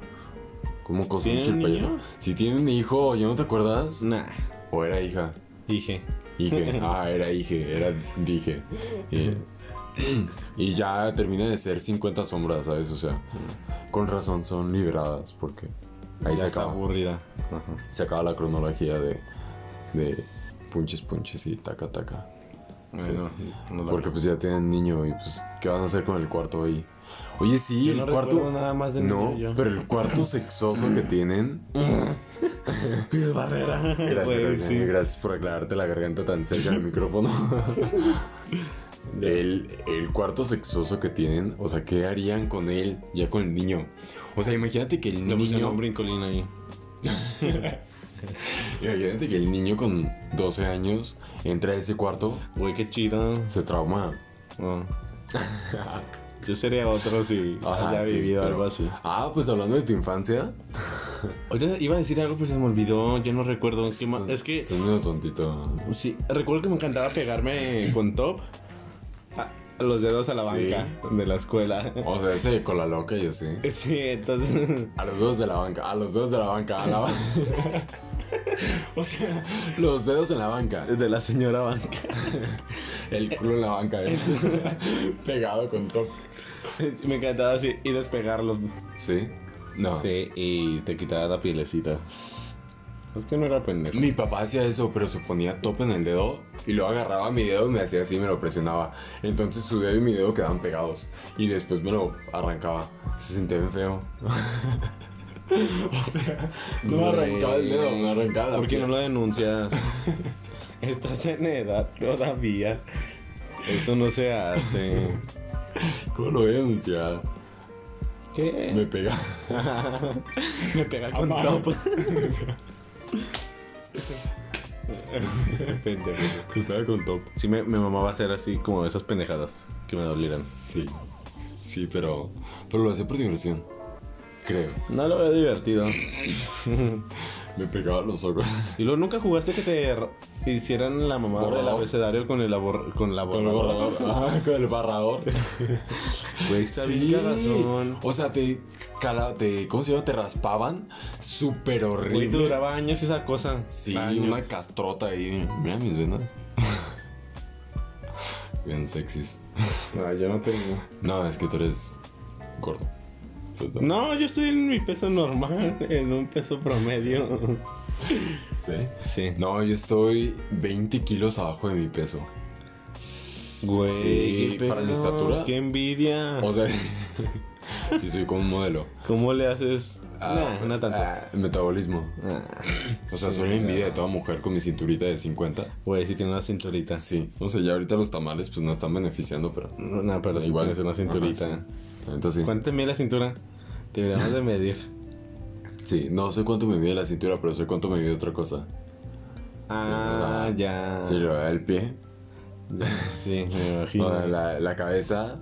Speaker 1: ¿Cómo cosa
Speaker 2: ¿Tiene
Speaker 1: mucho el
Speaker 2: un niño? Mm.
Speaker 1: payaso. Si tiene un hijo, ¿ya no te acuerdas?
Speaker 2: Nah.
Speaker 1: ¿O era hija?
Speaker 2: Dije.
Speaker 1: Dije,
Speaker 2: <laughs>
Speaker 1: ah, era Ige, era dije. Y, y ya termina de ser 50 sombras, ¿sabes? O sea, con razón son liberadas, porque ahí
Speaker 2: ya
Speaker 1: se
Speaker 2: está
Speaker 1: acaba.
Speaker 2: aburrida. Ajá.
Speaker 1: se acaba la cronología de, de punches, punches y taca, taca. Sí.
Speaker 2: Bueno, no la
Speaker 1: Porque
Speaker 2: vi.
Speaker 1: pues ya tienen niño y pues, ¿qué van a hacer con el cuarto ahí? Oye, sí,
Speaker 2: Yo
Speaker 1: el
Speaker 2: no
Speaker 1: cuarto...
Speaker 2: recuerdo nada más de
Speaker 1: No,
Speaker 2: niño yo.
Speaker 1: pero el cuarto sexoso que tienen...
Speaker 2: Fidel <laughs> Barrera.
Speaker 1: Gracias,
Speaker 2: Güey,
Speaker 1: gracias,
Speaker 2: sí.
Speaker 1: gracias por aclararte la garganta tan cerca del micrófono.
Speaker 2: <laughs>
Speaker 1: el, el cuarto sexoso que tienen, o sea, ¿qué harían con él ya con el niño? O sea, imagínate que el
Speaker 2: Le pusieron
Speaker 1: niño...
Speaker 2: un brincolín ahí.
Speaker 1: Imagínate que el niño con 12 años entra a ese cuarto,
Speaker 2: Güey, qué
Speaker 1: <laughs>
Speaker 2: chido.
Speaker 1: se trauma.
Speaker 2: No. Yo sería otro si
Speaker 1: Ajá,
Speaker 2: haya
Speaker 1: sí,
Speaker 2: Ah, vivido
Speaker 1: pero-
Speaker 2: algo así.
Speaker 1: Ah, pues hablando de tu infancia.
Speaker 2: Oye, iba a decir algo, pero se me olvidó. Yo no recuerdo. ¿Qué ma- Es que
Speaker 1: Estás medio tontito.
Speaker 2: Sí, recuerdo que me encantaba pegarme con top a- a los dedos a la
Speaker 1: Sí.
Speaker 2: banca de la escuela. <laughs>
Speaker 1: O sea, ese con la loca y así.
Speaker 2: Sí, entonces. <laughs>
Speaker 1: A los dedos de la banca, a los dedos de la banca, a la ba- <laughs>
Speaker 2: O sea,
Speaker 1: los dedos en la banca,
Speaker 2: de la señora banca. <laughs>
Speaker 1: el culo en la banca, eh. <laughs> pegado con top.
Speaker 2: Me encantaba así y despegarlo.
Speaker 1: ¿Sí? No.
Speaker 2: Sí, y te quitaba la pielecita. Es que no era pendejo.
Speaker 1: Mi papá hacía eso, pero se ponía top en el dedo y luego agarraba mi dedo y me hacía así y me lo presionaba. Entonces su dedo y mi dedo quedaban pegados y después me lo arrancaba. Se sentía bien feo. <laughs> o sea, no me arrancaba el dedo, me arrancaba la
Speaker 2: ¿Por qué no
Speaker 1: piel.
Speaker 2: lo denuncias? <laughs> Estás en edad todavía. Eso no se hace.
Speaker 1: ¿Cómo lo Eh. he denunciado?
Speaker 2: ¿Qué?
Speaker 1: Me <laughs> pega.
Speaker 2: Me pega con
Speaker 1: Amá.
Speaker 2: top. <laughs> Pendejo.
Speaker 1: Me pega con top.
Speaker 2: Sí, me, mi mamá va a hacer así como esas pendejadas que me dolieran.
Speaker 1: Sí, sí, pero, pero lo hacía por diversión. Creo.
Speaker 2: No lo veo divertido.
Speaker 1: Me pegaba los ojos.
Speaker 2: Y luego nunca jugaste que te r- hicieran la mamá del
Speaker 1: Borrador.
Speaker 2: abecedario con el abor- con la
Speaker 1: Con el
Speaker 2: borradora.
Speaker 1: borrador. Ajá, Ah, con el barrador.
Speaker 2: Güey, está
Speaker 1: Sí.
Speaker 2: bien cagazón.
Speaker 1: O sea, te, cala- te. ¿Cómo se llama? Te raspaban. Súper
Speaker 2: Güey,
Speaker 1: horrible.
Speaker 2: duraba años esa cosa.
Speaker 1: Sí,
Speaker 2: Años.
Speaker 1: una castrota ahí. Mira mis venas. <laughs> Bien sexys.
Speaker 2: No, yo no tengo.
Speaker 1: No, es que tú eres gordo. Pues no.
Speaker 2: No, yo estoy en mi peso normal, en un peso promedio.
Speaker 1: ¿Sí?
Speaker 2: Sí.
Speaker 1: No, yo estoy 20 kilos abajo de mi peso.
Speaker 2: Güey,
Speaker 1: Sí,
Speaker 2: qué
Speaker 1: para mi
Speaker 2: pedo,
Speaker 1: estatura.
Speaker 2: Qué envidia.
Speaker 1: O sea, <laughs> sí soy como un modelo.
Speaker 2: ¿Cómo le haces?
Speaker 1: Ah,
Speaker 2: nah, no tanto. Ah.
Speaker 1: ah, metabolismo. O sea,
Speaker 2: Sí,
Speaker 1: soy la envidia de
Speaker 2: no.
Speaker 1: toda mujer con mi cinturita de 50.
Speaker 2: Güey, si tiene una cinturita.
Speaker 1: Sí. O sea, ya ahorita los tamales pues no están beneficiando, pero...
Speaker 2: No, no, pero si tienes una cinturita.
Speaker 1: Ajá, sí. La neta, sí.
Speaker 2: ¿Cuánto te mide la cintura? Te deberíamos de medir.
Speaker 1: Sí, no sé cuánto me mide la cintura, pero sé cuánto me mide otra cosa.
Speaker 2: Ah,
Speaker 1: o sea,
Speaker 2: ya.
Speaker 1: Sí, lo- el pie,
Speaker 2: Ya, sí, me imagino.
Speaker 1: o la, la cabeza,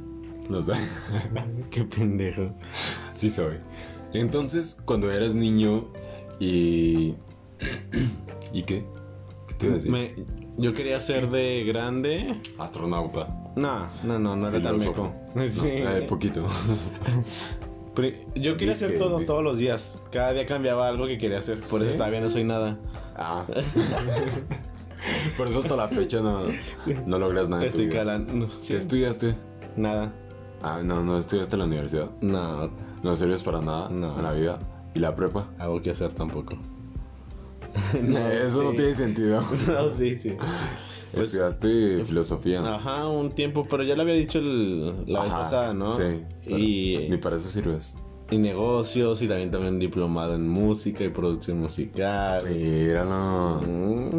Speaker 1: los...
Speaker 2: <laughs> Qué pendejo.
Speaker 1: <laughs> Sí soy. Entonces, cuando eras niño y... <clears throat> ¿Y qué? ¿Qué te iba a decir?
Speaker 2: Me- yo quería ser de grande.
Speaker 1: Astronauta.
Speaker 2: No, no, no, no era tan meco.
Speaker 1: Filósofo. No,
Speaker 2: <laughs> Sí.
Speaker 1: eh, poquito. <laughs>
Speaker 2: Pri- Yo quería hacer
Speaker 1: Disque,
Speaker 2: todo
Speaker 1: disque.
Speaker 2: todos los días. Cada día cambiaba algo que quería hacer. Por eso
Speaker 1: ¿Sí?
Speaker 2: todavía no soy nada.
Speaker 1: Ah. <laughs> Por eso hasta la fecha no, no logras nada en Ah, tu
Speaker 2: Estoy
Speaker 1: vida.
Speaker 2: calando.
Speaker 1: ¿Qué estudiaste?
Speaker 2: Nada.
Speaker 1: Ah, no, no estudiaste en la universidad.
Speaker 2: No,
Speaker 1: No sirves para nada
Speaker 2: No.
Speaker 1: en la vida. ¿Y la prepa?
Speaker 2: algo que hacer <laughs> tampoco.
Speaker 1: <laughs> Eso no
Speaker 2: sí. <laughs>
Speaker 1: tiene sentido.
Speaker 2: No, sí, sí. Pues-
Speaker 1: estudiaste filosofía.
Speaker 2: Ajá, un tiempo, pero ya lo había dicho el- la vez
Speaker 1: Ajá,
Speaker 2: pasada, ¿no?
Speaker 1: Sí. pero
Speaker 2: Y, eh,
Speaker 1: Ni para eso sirves.
Speaker 2: y negocios, y también también diplomado en música y producción musical.
Speaker 1: Míralo.
Speaker 2: Mm,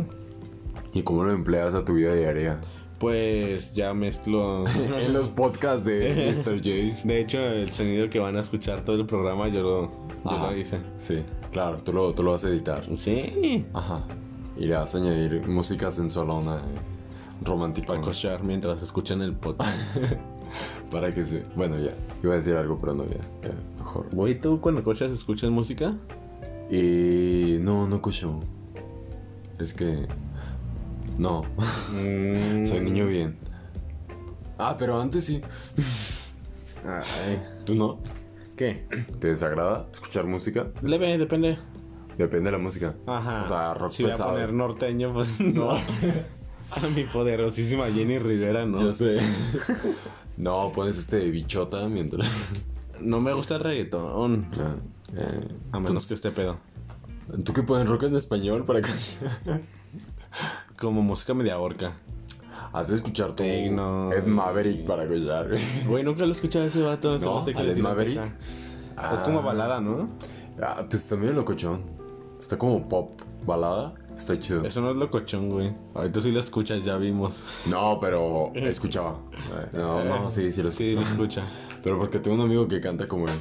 Speaker 1: ¿Y cómo lo empleas a tu vida
Speaker 2: <laughs>
Speaker 1: diaria?
Speaker 2: Pues ya mezclo.
Speaker 1: en los podcasts de Mr. Jace.
Speaker 2: De hecho, el sonido que van a escuchar todo el programa yo lo, yo
Speaker 1: Ajá.
Speaker 2: lo hice.
Speaker 1: Sí, claro, tú lo, tú lo vas a editar.
Speaker 2: Sí.
Speaker 1: Ajá. Y le vas a añadir música sensualona, eh, romántica.
Speaker 2: Para cochar mientras escuchan el podcast.
Speaker 1: Para que se. Bueno, ya. Iba a decir algo, pero no, ya. ya, mejor.
Speaker 2: Güey, ¿tú cuando cochas escuchas música?
Speaker 1: Y. No, no cocho. Es que. No. <laughs>
Speaker 2: Mm.
Speaker 1: Soy niño bien. Ah, pero antes sí.
Speaker 2: Ay.
Speaker 1: ¿Tú no?
Speaker 2: Ah, eh. ¿Qué?
Speaker 1: ¿Te desagrada escuchar música?
Speaker 2: Leve, depende.
Speaker 1: Depende de la música.
Speaker 2: Ajá.
Speaker 1: O sea, rock
Speaker 2: si
Speaker 1: pesado.
Speaker 2: voy a poner norteño, pues <laughs> no. a mi poderosísima Jenny Rivera, no.
Speaker 1: Yo
Speaker 2: <laughs>
Speaker 1: sé. no, pones este de bichota mientras.
Speaker 2: No me gusta el reggaetón.
Speaker 1: <laughs> Ah, eh,
Speaker 2: A menos que esté pedo.
Speaker 1: ¿tú, ¿Tú qué pones rock en español para que. <laughs>
Speaker 2: Como música media orca.
Speaker 1: Hace escuchar tu
Speaker 2: Tecno.
Speaker 1: Ed Maverick para collar. güey.
Speaker 2: Güey, nunca lo he escuchado a ese vato. se
Speaker 1: ¿No?
Speaker 2: me hace que
Speaker 1: ¿Al
Speaker 2: le
Speaker 1: Ed
Speaker 2: tira
Speaker 1: Maverick?
Speaker 2: caca. Es
Speaker 1: Ah.
Speaker 2: como balada, ¿no?
Speaker 1: Ah, pues también locochón. Está como pop, balada. Está chido.
Speaker 2: Eso no es locochón, güey. Ahorita sí lo escuchas, ya vimos.
Speaker 1: No, pero <laughs> escuchaba. Eh, No, no, sí, sí lo
Speaker 2: Sí,
Speaker 1: escuchaba.
Speaker 2: lo escucha.
Speaker 1: Pero porque tengo un amigo que canta como él.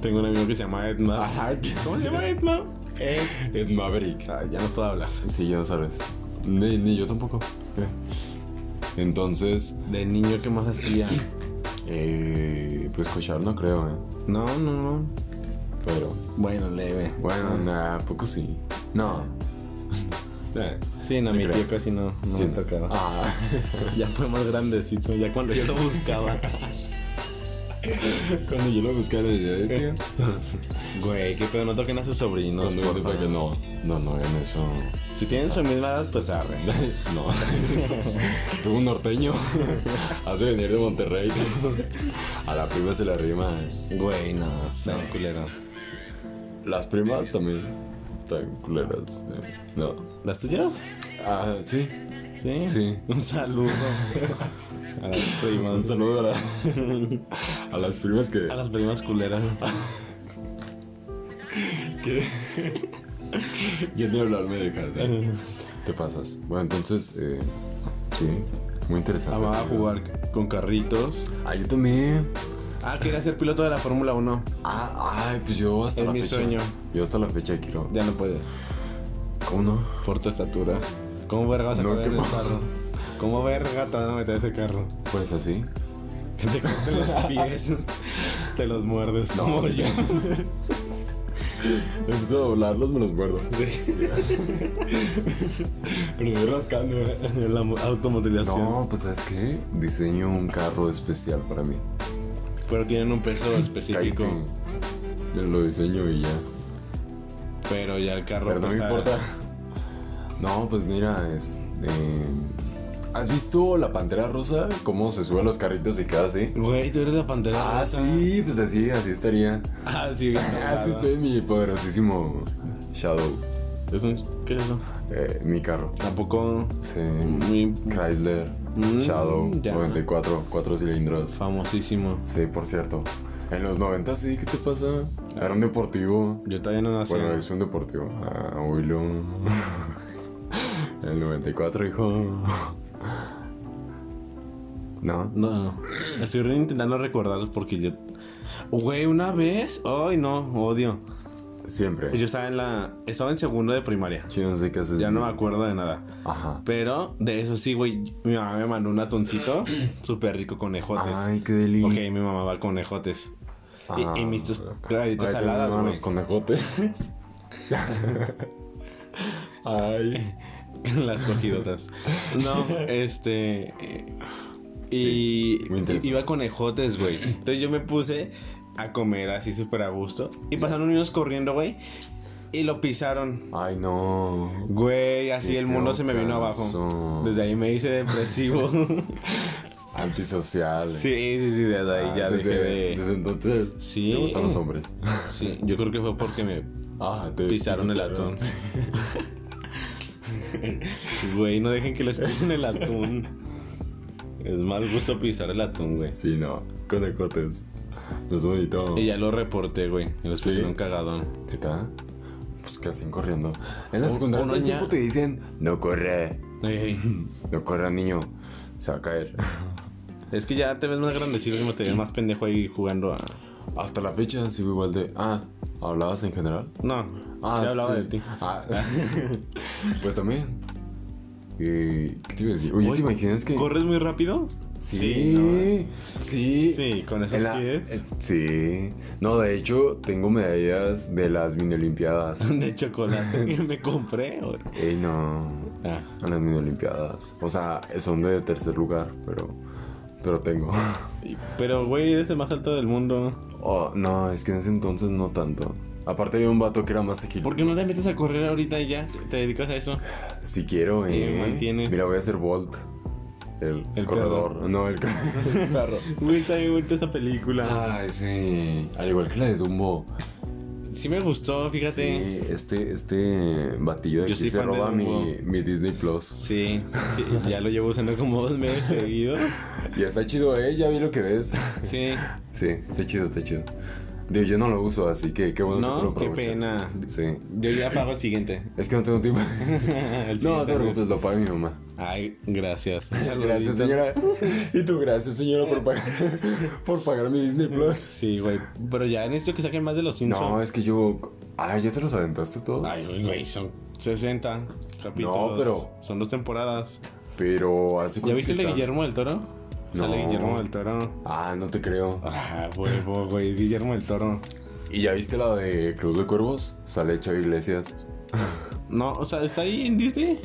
Speaker 2: Tengo un amigo que se llama Edna.
Speaker 1: Ajá.
Speaker 2: ¿Cómo se llama Edna? Eh,
Speaker 1: Es Maverick.
Speaker 2: ah, ya no puedo hablar.
Speaker 1: Sí, ya lo sabes. Ni, ni yo tampoco. creo. Entonces,
Speaker 2: De niño, ¿qué más hacía?
Speaker 1: eh, pues cochar no creo, ¿eh?
Speaker 2: No, no, no.
Speaker 1: Pero,
Speaker 2: Bueno, leve.
Speaker 1: bueno, nada, poco sí. <laughs> No. Eh,
Speaker 2: Sí, no,
Speaker 1: Te
Speaker 2: mi
Speaker 1: creo.
Speaker 2: tío casi no, no
Speaker 1: sí.
Speaker 2: me tocaba.
Speaker 1: Ah.
Speaker 2: Ya fue más grandecito, ya cuando yo
Speaker 1: <laughs>
Speaker 2: lo buscaba.
Speaker 1: <laughs> Cuando yo lo buscaba, le <laughs> decía, ¿eh?
Speaker 2: Güey, qué pedo, no toquen a sus
Speaker 1: No,
Speaker 2: sobrinos.
Speaker 1: no,
Speaker 2: por
Speaker 1: no,
Speaker 2: favor.
Speaker 1: no, no, no, en eso.
Speaker 2: Si tienen su misma edad, pues arre.
Speaker 1: No. <laughs> Tuvo un norteño. <laughs> Hace venir de Monterrey. A la prima se le rima. ¿eh?
Speaker 2: <laughs> Güey, no, está un culero.
Speaker 1: Las primas también están culeras. eh. No.
Speaker 2: ¿Las tuyas?
Speaker 1: Ah, sí.
Speaker 2: Sí.
Speaker 1: Sí. <laughs>
Speaker 2: Un saludo. A las primas.
Speaker 1: Un saludo a, la- <laughs> a las primas que,
Speaker 2: A las
Speaker 1: <laughs>
Speaker 2: primas culeras.
Speaker 1: que... Ya ni hablarme de casa. ¿eh? Te pasas. Bueno, entonces, eh, sí, muy interesante.
Speaker 2: Amaba jugar con carritos.
Speaker 1: Ah, yo también.
Speaker 2: Ah, quería ser piloto de la Fórmula 1.
Speaker 1: Ah, ay, pues yo hasta
Speaker 2: Es
Speaker 1: la
Speaker 2: mi
Speaker 1: fecha.
Speaker 2: sueño.
Speaker 1: Yo hasta la fecha quiero.
Speaker 2: Ya no puedes.
Speaker 1: ¿Cómo no?
Speaker 2: Por tu estatura. ¿Cómo verga vas a
Speaker 1: No,
Speaker 2: correr
Speaker 1: qué
Speaker 2: ese
Speaker 1: mal.
Speaker 2: carro? ¿Cómo verga te van a meter a ese carro?
Speaker 1: Pues así.
Speaker 2: Que te corten los
Speaker 1: <laughs>
Speaker 2: pies. te los muerdes.
Speaker 1: No,
Speaker 2: como
Speaker 1: hombre.
Speaker 2: yo.
Speaker 1: Empiezo a doblarlos, me los muerdo.
Speaker 2: Pero me voy rascando. eh, La mo- automutilación.
Speaker 1: No, pues ¿sabes qué? Diseño un carro especial para mí.
Speaker 2: Pero tienen un peso específico.
Speaker 1: Cállate. Yo lo diseño y ya.
Speaker 2: Pero ya el carro.
Speaker 1: Pero no me
Speaker 2: pesa-
Speaker 1: importa. No, pues mira, es- eh, ¿Has visto la pantera rosa? ¿Cómo se suben los carritos y queda así?
Speaker 2: Güey, tú eres la pantera.
Speaker 1: Ah,
Speaker 2: rosa.
Speaker 1: sí, pues así, así estaría.
Speaker 2: Ah, sí, bien
Speaker 1: Así
Speaker 2: doblada.
Speaker 1: estoy en mi poderosísimo Shadow.
Speaker 2: Es un- ¿Qué es eso?
Speaker 1: eh, mi carro.
Speaker 2: Tampoco.
Speaker 1: Sí.
Speaker 2: Muy
Speaker 1: Chrysler
Speaker 2: Mm,
Speaker 1: Shadow
Speaker 2: ya.
Speaker 1: 94, cuatro cilindros.
Speaker 2: famosísimo.
Speaker 1: Sí, por cierto. En los 90 sí, ¿qué te pasa? Era un deportivo.
Speaker 2: Yo todavía no nací.
Speaker 1: Bueno, es un deportivo. Ah, oílo. <laughs> El 94, hijo. <laughs> ¿No?
Speaker 2: No, no. Estoy re- intentando recordar porque yo. Güey, una vez. Ay, no, odio.
Speaker 1: Siempre.
Speaker 2: Yo estaba en la. Estaba en segundo de primaria.
Speaker 1: Yo no sé qué haces.
Speaker 2: Ya no me acuerdo de nada.
Speaker 1: Ajá.
Speaker 2: Pero de eso sí, güey. Mi mamá me mandó un atuncito súper rico con ejotes.
Speaker 1: Ay, qué delicia.
Speaker 2: Porque mi mamá va con ejotes. y- y mis tus galletas saladas, güey.
Speaker 1: los conejotes. Ay.
Speaker 2: <laughs> Las cogidotas. No, este. eh, Y
Speaker 1: muy interesante.
Speaker 2: iba con ejotes, güey. Entonces yo me puse a comer así súper a gusto. Y pasaron unos corriendo, güey. Y lo pisaron.
Speaker 1: Ay, no.
Speaker 2: Güey, así
Speaker 1: Qué
Speaker 2: el mundo
Speaker 1: feo
Speaker 2: se me vino abajo.
Speaker 1: caso.
Speaker 2: Desde ahí me hice
Speaker 1: <laughs>
Speaker 2: depresivo.
Speaker 1: Antisocial.
Speaker 2: sí, sí, sí, desde ahí
Speaker 1: Ah,
Speaker 2: ya
Speaker 1: desde,
Speaker 2: dejé de.
Speaker 1: desde entonces.
Speaker 2: Sí.
Speaker 1: Te gustan los hombres.
Speaker 2: Sí, yo creo que fue porque me
Speaker 1: Ah, te
Speaker 2: pisaron el atún. Güey, no dejen que les pisen el atún. Es mal gusto pisar el atún, güey.
Speaker 1: Sí, no. Conejotes. No es bonito.
Speaker 2: Y ya lo reporté, güey. Y los
Speaker 1: ¿Sí?
Speaker 2: pusieron cagadón.
Speaker 1: ¿Neta? Pues que hacen corriendo. En la
Speaker 2: Un-
Speaker 1: secundaria
Speaker 2: un
Speaker 1: todo el
Speaker 2: año-
Speaker 1: tiempo te dicen, no corre,
Speaker 2: Ey,
Speaker 1: no corra niño, se va a caer.
Speaker 2: es que ya te ves más grandecito, como te ves más pendejo ahí jugando a.
Speaker 1: Hasta la fecha sigo igual de, ah, ¿hablabas en general?
Speaker 2: No,
Speaker 1: Ah,
Speaker 2: ya hablaba
Speaker 1: sí.
Speaker 2: de ti.
Speaker 1: Ah,
Speaker 2: <laughs>
Speaker 1: pues también. Eh, ¿Qué te iba a decir? Oye,
Speaker 2: Güey,
Speaker 1: ¿te imaginas que...?
Speaker 2: ¿Corres muy rápido?
Speaker 1: Sí,
Speaker 2: no.
Speaker 1: sí.
Speaker 2: Sí, con esos
Speaker 1: En la-
Speaker 2: pies.
Speaker 1: eh, Sí. No, de hecho, tengo medallas de las mini
Speaker 2: <laughs>
Speaker 1: olimpiadas.
Speaker 2: De chocolate que me compré, güey.
Speaker 1: Ey, no.
Speaker 2: Ah,
Speaker 1: A las mini olimpiadas. O sea, son de tercer lugar, pero. Pero tengo. <laughs>
Speaker 2: y- Pero, güey, eres el más alto del mundo.
Speaker 1: Oh, no, es que en ese entonces no tanto. Aparte había un vato que era más ágil.
Speaker 2: ¿Por qué no te metes a correr ahorita y ya? ¿Te dedicas a eso?
Speaker 1: Si quiero,
Speaker 2: Y
Speaker 1: eh.
Speaker 2: mantienes.
Speaker 1: Mira, voy a hacer Volt. El,
Speaker 2: El
Speaker 1: corredor.
Speaker 2: perro.
Speaker 1: No, el,
Speaker 2: <laughs>
Speaker 1: ca- el carro.
Speaker 2: Güey, está bien bonita esa película.
Speaker 1: <laughs> Ay, sí. Al igual que la de Dumbo.
Speaker 2: Sí me gustó, fíjate.
Speaker 1: Sí, este, este batillo de
Speaker 2: Yo
Speaker 1: aquí
Speaker 2: soy
Speaker 1: se
Speaker 2: fan de
Speaker 1: roba mi,
Speaker 2: Dumbo.
Speaker 1: mi Disney Plus.
Speaker 2: Sí. sí, ya lo llevo usando como dos meses seguido.
Speaker 1: Y está chido, eh. Ya vi lo que ves. <laughs>
Speaker 2: Sí.
Speaker 1: Sí, está chido, está chido. Digo, yo no lo uso, así que qué bueno que tú
Speaker 2: No,
Speaker 1: lo
Speaker 2: qué
Speaker 1: aprovechas.
Speaker 2: pena.
Speaker 1: Sí.
Speaker 2: Yo ya pago el siguiente. <laughs>
Speaker 1: Es que no tengo tiempo.
Speaker 2: El
Speaker 1: no, no te
Speaker 2: siguiente
Speaker 1: preocupes,
Speaker 2: mes.
Speaker 1: lo paga mi
Speaker 2: <laughs>
Speaker 1: mamá.
Speaker 2: Ay, gracias.
Speaker 1: Gracias, señora. <laughs> Y tú, gracias, señora, por pagar, <laughs> por pagar mi Disney Plus.
Speaker 2: Sí, güey. Pero ya necesito que saquen más de los Simpsons.
Speaker 1: No, es que yo. Ah, ¿ya te los aventaste todos?
Speaker 2: Ay, güey, güey, son 60 capítulos.
Speaker 1: No, pero-
Speaker 2: Son dos temporadas.
Speaker 1: Pero hace
Speaker 2: ¿Ya
Speaker 1: cuánto
Speaker 2: viste el
Speaker 1: que
Speaker 2: de
Speaker 1: está?
Speaker 2: Guillermo del Toro? Sale
Speaker 1: No.
Speaker 2: Guillermo del Toro.
Speaker 1: Ah, no te creo.
Speaker 2: Ah, huevo, güey, Guillermo del Toro.
Speaker 1: ¿Y ya viste la de Club de Cuervos? Sale Chava
Speaker 2: <laughs>
Speaker 1: Iglesias.
Speaker 2: No, o sea, ¿está ahí en
Speaker 1: <laughs>
Speaker 2: Disney?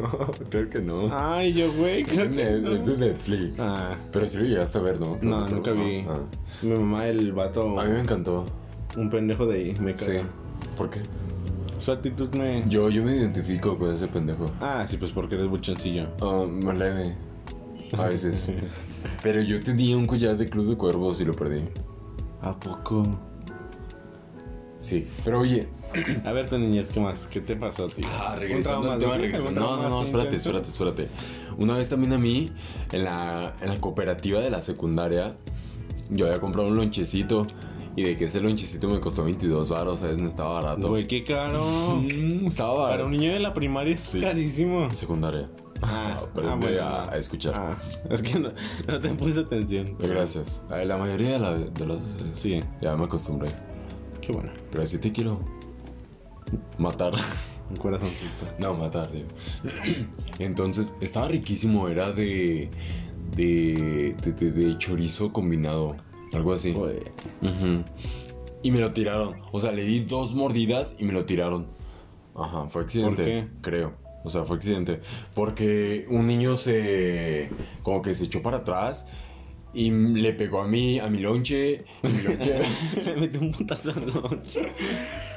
Speaker 1: No, creo que no.
Speaker 2: Ay, yo, güey,
Speaker 1: es,
Speaker 2: Ah, creo
Speaker 1: de,
Speaker 2: que no.
Speaker 1: es de Netflix.
Speaker 2: Ah,
Speaker 1: Pero sí lo llegaste a ver, ¿no? Club
Speaker 2: no,
Speaker 1: de
Speaker 2: nunca
Speaker 1: Cuervos,
Speaker 2: vi.
Speaker 1: ¿no?
Speaker 2: Mi mamá, el vato,
Speaker 1: Ah. A mí me encantó.
Speaker 2: un pendejo de ahí, me
Speaker 1: Sí.
Speaker 2: caga.
Speaker 1: ¿Por qué?
Speaker 2: Su actitud me...
Speaker 1: Yo, yo me identifico con ese pendejo.
Speaker 2: Ah, sí, pues porque eres buchoncillo.
Speaker 1: Ah, más leve. A <laughs> veces. Pero yo tenía un collar de Club de Cuervos y lo perdí.
Speaker 2: ¿A poco?
Speaker 1: Sí. Pero oye.
Speaker 2: A ver, tu niñez, ¿qué más? ¿Qué te pasó, tío?
Speaker 1: Ah,
Speaker 2: Un
Speaker 1: regresando
Speaker 2: trauma,
Speaker 1: al tema,
Speaker 2: ¿no?
Speaker 1: regresando.
Speaker 2: Un
Speaker 1: No,
Speaker 2: trauma
Speaker 1: no, no,
Speaker 2: así
Speaker 1: espérate,
Speaker 2: intenso.
Speaker 1: espérate, espérate. Una vez también a mí, en la, en la cooperativa de la secundaria, yo había comprado un lonchecito. Y de que ese lonchecito me costó 22 baros, ¿sabes? No estaba barato.
Speaker 2: Güey,
Speaker 1: <laughs>
Speaker 2: qué caro.
Speaker 1: Mm, estaba barato.
Speaker 2: Para un niño de la primaria es
Speaker 1: Sí. <laughs>
Speaker 2: carísimo.
Speaker 1: Secundaria.
Speaker 2: Ah,
Speaker 1: <laughs> Aprende
Speaker 2: bueno,
Speaker 1: a,
Speaker 2: no.
Speaker 1: a escuchar.
Speaker 2: Ah, es que no, no te puse atención.
Speaker 1: Gracias. Ay, La mayoría de, la- de los... eh,
Speaker 2: Sí,
Speaker 1: Ya me acostumbré.
Speaker 2: qué bueno.
Speaker 1: Pero sí te quiero matar. <laughs>
Speaker 2: Un corazoncito.
Speaker 1: No, matar, digo. <clears throat> Entonces, estaba riquísimo. Era de... De, de, de- de chorizo combinado. Algo así.
Speaker 2: Güey. <laughs>
Speaker 1: Ujú. Y me lo tiraron. O sea, le di dos mordidas y me lo tiraron. Ajá, fue accidente.
Speaker 2: ¿Por qué?
Speaker 1: Creo. O sea, fue accidente. Porque un niño se. como que se echó para atrás. Y le pegó a mí, a mi lonche. Y, mi
Speaker 2: <laughs>
Speaker 1: lonche-
Speaker 2: Le metí un putazo al lonche.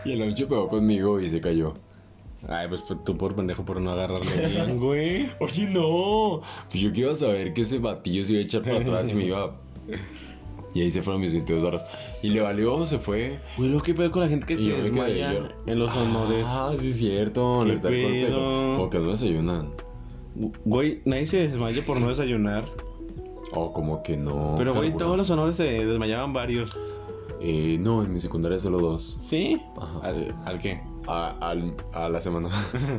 Speaker 1: y el lonche pegó conmigo y se cayó.
Speaker 2: Ay, pues tú por pendejo por no agarrarle bien, <laughs> güey.
Speaker 1: Oye, no. Pues yo que iba a saber que ese batillo se iba a echar para atrás y me iba.
Speaker 2: <laughs>
Speaker 1: a- Y ahí se fueron mis 22 horas. Y le valió, se fue.
Speaker 2: Güey, lo que pedo con la gente que
Speaker 1: Y
Speaker 2: se
Speaker 1: yo me quedé
Speaker 2: desmaya
Speaker 1: yo-
Speaker 2: en los honores.
Speaker 1: Ah, sí, es cierto.
Speaker 2: ¿Qué
Speaker 1: Les da el golpe.
Speaker 2: pedo?
Speaker 1: Como que no desayunan.
Speaker 2: Güey, nadie se desmaya por no desayunar.
Speaker 1: Oh, O como que no.
Speaker 2: Pero, güey,
Speaker 1: carburan.
Speaker 2: todos los honores se desmayaban varios.
Speaker 1: Eh, no, en mi secundaria solo dos.
Speaker 2: ¿Sí?
Speaker 1: Ajá.
Speaker 2: ¿Al, al qué?
Speaker 1: A, al- a la semana.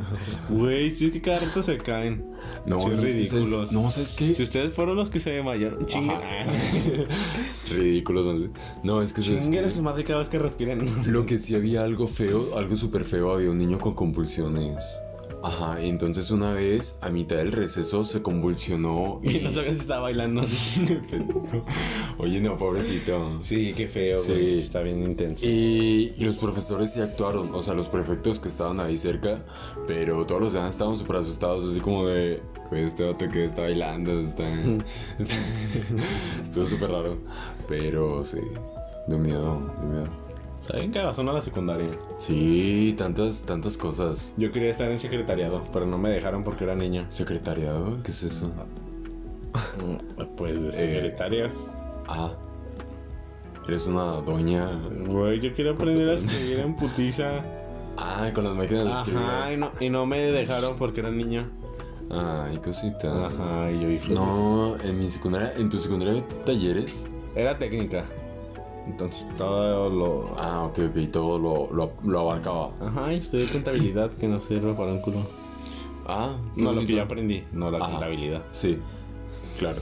Speaker 1: <laughs>
Speaker 2: Güey, sí, es que cada rato se caen.
Speaker 1: No,
Speaker 2: Sí,
Speaker 1: es que sabes-
Speaker 2: ridículos.
Speaker 1: no, ¿sabes qué?
Speaker 2: Si ustedes fueron los que se desmayaron, chinguen. <laughs>
Speaker 1: Ajá. <laughs> Ridículos. ¿no? No, es que sabes
Speaker 2: Chinguen
Speaker 1: qué?
Speaker 2: a su madre cada vez que respiren.
Speaker 1: Lo que sí había algo feo, algo súper feo, había un niño con convulsiones. Ajá, y entonces una vez, a mitad del receso, se convulsionó
Speaker 2: <laughs> <laughs> Y
Speaker 1: y...
Speaker 2: no saben si está bailando.
Speaker 1: <laughs> Oye, no, pobrecito.
Speaker 2: Sí, qué feo,
Speaker 1: güey.
Speaker 2: Está bien intenso.
Speaker 1: Y los profesores sí actuaron, o sea, los prefectos que estaban ahí cerca, pero todos los demás estaban súper asustados, así como de, "Güey, este vato que está bailando, está... está-
Speaker 2: <laughs>
Speaker 1: <laughs> Estuvo súper raro, pero sí, de miedo, de miedo.
Speaker 2: ¿Saben cagazón a la secundaria?
Speaker 1: Sí, tantas, tantas cosas.
Speaker 2: Yo quería estar en secretariado, pero no me dejaron porque era niño.
Speaker 1: Secretariado, ¿qué es eso? Mm,
Speaker 2: Pues de secretarias.
Speaker 1: Ah, eres una doña...
Speaker 2: Güey, yo quería aprender a escribir en putiza.
Speaker 1: Ah, con las máquinas de
Speaker 2: Ajá,
Speaker 1: escribir.
Speaker 2: y no, y no me dejaron porque era niño.
Speaker 1: Ay, cosita.
Speaker 2: Ajá, y yo hijo. de-
Speaker 1: No, en mi secundaria, en tu secundaria había talleres.
Speaker 2: Era técnica. Entonces todo lo.
Speaker 1: Ah, ok, ok, todo lo, lo, lo abarcaba.
Speaker 2: Ajá, y estudié contabilidad que no sirve para un culo.
Speaker 1: Ah, qué
Speaker 2: No, lo
Speaker 1: bonito.
Speaker 2: que yo aprendí, no la
Speaker 1: Ajá.
Speaker 2: contabilidad.
Speaker 1: Sí, claro.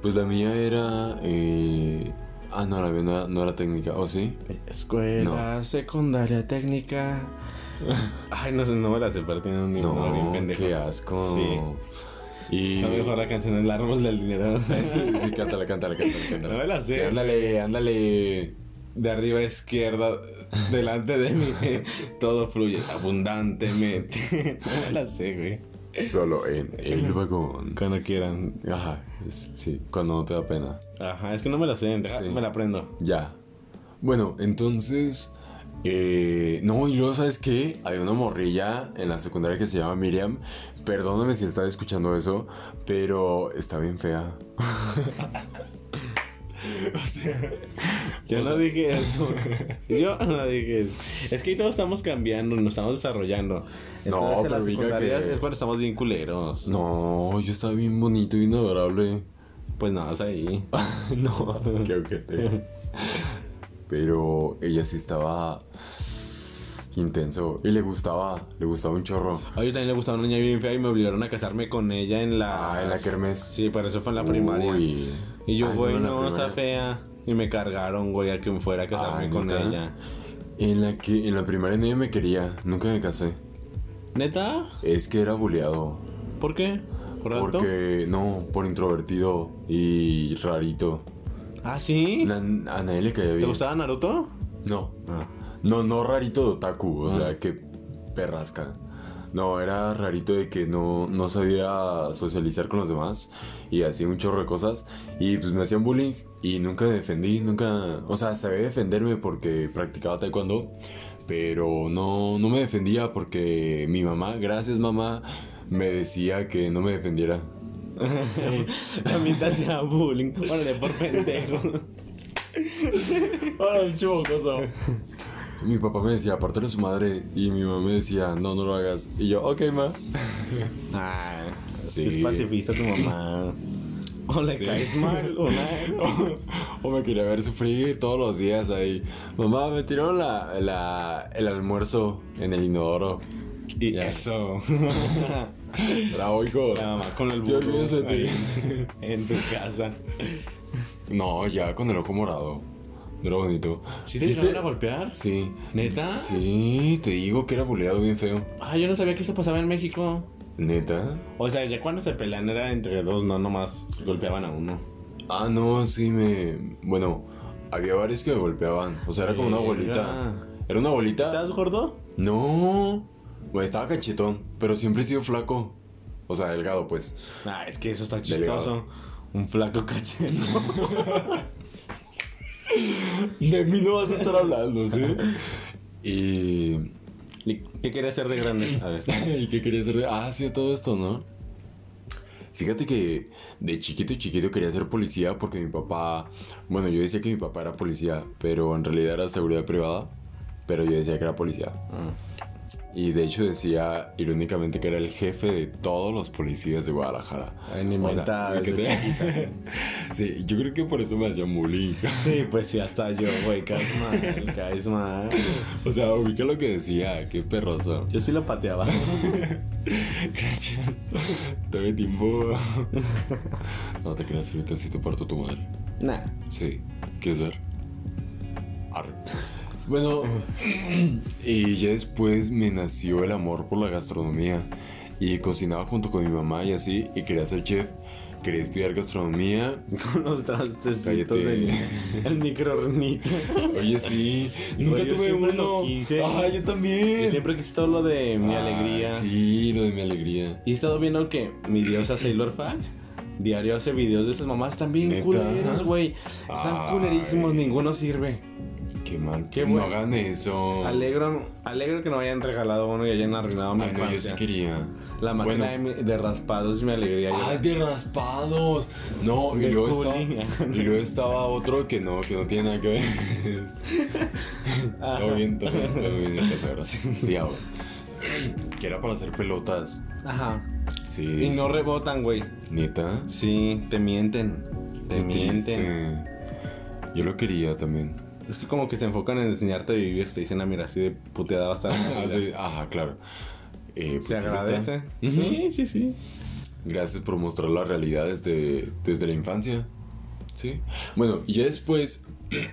Speaker 1: Pues la mía era. eh, Ah, no, la mía no, era- no era técnica, ¿o sí?
Speaker 2: Escuela, secundaria, técnica. Ay, no sé, no me la sé, pero tiene un
Speaker 1: No,
Speaker 2: himno bien pendejo.
Speaker 1: qué asco.
Speaker 2: Sí.
Speaker 1: Y.
Speaker 2: Está mejor la canción El árbol del <laughs> dinero.
Speaker 1: <laughs> Sí, sí, cántala, cántala, cántala. cántala.
Speaker 2: No me la sé.
Speaker 1: Sí, ándale, ándale.
Speaker 2: De arriba a izquierda, delante de mí, <laughs> todo fluye abundantemente. <laughs> No la sé, güey.
Speaker 1: Solo en el vagón.
Speaker 2: Cuando quieran.
Speaker 1: Ajá, es- sí, cuando no te da pena.
Speaker 2: Ajá, es que no me la sé, deja-
Speaker 1: Sí.
Speaker 2: me la aprendo.
Speaker 1: Ya. Bueno, entonces. eh, no, y luego, ¿sabes qué? Hay una morrilla en la secundaria que se llama Miriam. Perdóname si estás escuchando eso, pero está bien fea.
Speaker 2: Yo no
Speaker 1: <laughs>
Speaker 2: dije eso. Yo no dije eso. Es que ahí todos estamos cambiando, nos estamos desarrollando.
Speaker 1: No,
Speaker 2: Entonces, en
Speaker 1: pero
Speaker 2: la
Speaker 1: diga
Speaker 2: secundaria
Speaker 1: que-
Speaker 2: es cuando estamos bien culeros.
Speaker 1: No, yo estaba bien bonito, bien adorable. <laughs>
Speaker 2: Pues nada, es ahí.
Speaker 1: no, qué ojete. pero ella sí estaba intenso y le gustaba, le gustaba un chorro.
Speaker 2: A yo también le gustaba una niña bien fea y me obligaron a casarme con ella en la.
Speaker 1: Ah, en la kermés.
Speaker 2: Sí, para eso fue en la primaria.
Speaker 1: Uy.
Speaker 2: Y yo,
Speaker 1: Ay,
Speaker 2: güey,
Speaker 1: en la
Speaker 2: no, está
Speaker 1: primaria.
Speaker 2: fea. Y me cargaron, güey, a que me fuera a casarme
Speaker 1: Ah,
Speaker 2: con
Speaker 1: ¿neta?
Speaker 2: ella.
Speaker 1: En la que en la primaria nadie me quería, nunca me casé.
Speaker 2: ¿Neta?
Speaker 1: Es que era buleado.
Speaker 2: ¿Por qué? ¿Por alto?
Speaker 1: Porque no, por introvertido y rarito.
Speaker 2: ¿Ah, sí?
Speaker 1: Na- a nadie le caía bien.
Speaker 2: ¿Te gustaba Naruto?
Speaker 1: No. No, no rarito de otaku, o sea, que perrasca. No, era rarito de que no, no sabía socializar con los demás y hacía un chorro de cosas y pues me hacían bullying y nunca defendí, nunca, o sea, sabía defenderme porque practicaba taekwondo, pero no, no me defendía porque mi mamá, gracias mamá, me decía que no me defendiera. Sí.
Speaker 2: También te hacía bullying. Órale,
Speaker 1: <laughs>
Speaker 2: por pendejo.
Speaker 1: Ahora el cosa. Mi papá me decía, apártale a su madre. Y mi mamá me decía, no, no lo hagas. Y yo, ok, ma.
Speaker 2: Ah,
Speaker 1: Sí.
Speaker 2: es pacifista tu mamá. O le
Speaker 1: Sí.
Speaker 2: caes mal o
Speaker 1: <laughs>
Speaker 2: nada.
Speaker 1: o me quería ver sufrir todos los días ahí. Mamá, me tiraron la, la- el almuerzo en el inodoro.
Speaker 2: Y
Speaker 1: Ya.
Speaker 2: eso.
Speaker 1: La oigo.
Speaker 2: <laughs> La mamá con el
Speaker 1: Estoy
Speaker 2: burro
Speaker 1: orgulloso de ti.
Speaker 2: ahí, <laughs> En tu
Speaker 1: <laughs>
Speaker 2: casa.
Speaker 1: No, ya con el ojo morado. Era bonito.
Speaker 2: ¿Sí te
Speaker 1: ¿Viste?
Speaker 2: llegaron a golpear?
Speaker 1: Sí.
Speaker 2: ¿Neta?
Speaker 1: Sí, te digo que era buleado bien feo.
Speaker 2: Ah, yo no sabía que eso pasaba en México.
Speaker 1: ¿Neta?
Speaker 2: O sea, ya cuando se pelean era entre dos, no nomás golpeaban a uno.
Speaker 1: Ah, no, sí me... Bueno, había varios que me golpeaban. O sea, era como una bolita. ¿Era una bolita?
Speaker 2: Ah. ¿Estás gordo?
Speaker 1: No. Bueno, estaba cachetón, pero siempre he sido flaco. O sea, delgado, pues.
Speaker 2: Ah, es que eso está
Speaker 1: Delgado.
Speaker 2: chistoso. Un flaco cacheno.
Speaker 1: De mí no vas a estar hablando, ¿sí? <laughs> y... <laughs>
Speaker 2: ¿Y ¿Qué quería hacer de grande? A ver.
Speaker 1: ¿Y qué quería hacer? Ah, sí, todo esto, ¿no? Fíjate que de chiquito chiquito quería ser policía porque mi papá... Bueno, yo decía que mi papá era policía, pero en realidad era seguridad privada. Pero yo decía que era policía. Y de hecho decía irónicamente que era el jefe de todos los policías de Guadalajara.
Speaker 2: Ay, ni
Speaker 1: O sea,
Speaker 2: mentada,
Speaker 1: que
Speaker 2: desde
Speaker 1: <laughs> sí, yo creo que por eso me hacían bullying. <laughs>
Speaker 2: Sí, pues sí, hasta yo, güey. Caes mal, caes mal.
Speaker 1: O sea, ubica lo que decía, qué perroso.
Speaker 2: Yo sí lo pateaba.
Speaker 1: Gracias. Te tiempo. no te creas, ahorita si te parto tu madre.
Speaker 2: Nah.
Speaker 1: Sí, ¿quieres ver? Arre. Bueno, y ya después me nació el amor por la gastronomía. Y cocinaba junto con mi mamá y así, y quería ser chef, quería estudiar gastronomía.
Speaker 2: Con los trastecitos
Speaker 1: Cállate.
Speaker 2: del el microornito.
Speaker 1: Oye,
Speaker 2: <laughs>
Speaker 1: sí,
Speaker 2: Güey,
Speaker 1: nunca
Speaker 2: yo
Speaker 1: tuve
Speaker 2: siempre lo
Speaker 1: uno.
Speaker 2: quise.
Speaker 1: Ah, yo también.
Speaker 2: Yo siempre quise todo lo de mi
Speaker 1: Ah,
Speaker 2: alegría.
Speaker 1: Sí, lo de mi alegría.
Speaker 2: Y he estado viendo que mi diosa Sailor Fag diario hace videos de esas mamás están bien
Speaker 1: ¿Neta?
Speaker 2: culeros, güey. Están
Speaker 1: Ay.
Speaker 2: culerísimos, ninguno sirve.
Speaker 1: Qué mal.
Speaker 2: Qué
Speaker 1: no
Speaker 2: bueno.
Speaker 1: hagan eso.
Speaker 2: Alegro, alegro que no hayan regalado uno y hayan arruinado mi
Speaker 1: Ay, no, yo sí
Speaker 2: infancia.
Speaker 1: quería.
Speaker 2: La
Speaker 1: Bueno.
Speaker 2: máquina de mi- de, raspados y mi alegría. yo-
Speaker 1: Ay, de raspados. No, y
Speaker 2: De
Speaker 1: luego, estaba,
Speaker 2: cooling.
Speaker 1: y luego estaba otro que no, que no tiene nada que ver. <laughs>
Speaker 2: Ajá.
Speaker 1: Todo bien, todo bien, todo bien, en casa, ¿verdad? Sí, ahora. Que era para hacer pelotas.
Speaker 2: Ajá.
Speaker 1: Sí.
Speaker 2: Y no rebotan, güey.
Speaker 1: Neta.
Speaker 2: Sí, te mienten. Te
Speaker 1: Qué
Speaker 2: mienten.
Speaker 1: triste. Yo lo quería
Speaker 2: <laughs>
Speaker 1: también.
Speaker 2: Es que como que se enfocan en enseñarte a vivir. Te dicen, ah, mira, así de puteada bastante.
Speaker 1: <laughs> Ah, sí, Ajá, claro. Eh, pues,
Speaker 2: ¿Se
Speaker 1: sí,
Speaker 2: agradece?
Speaker 1: está.
Speaker 2: Sí, sí, sí.
Speaker 1: Gracias por mostrar la realidad desde, desde la infancia. Sí. Bueno, y ya después. <clears throat>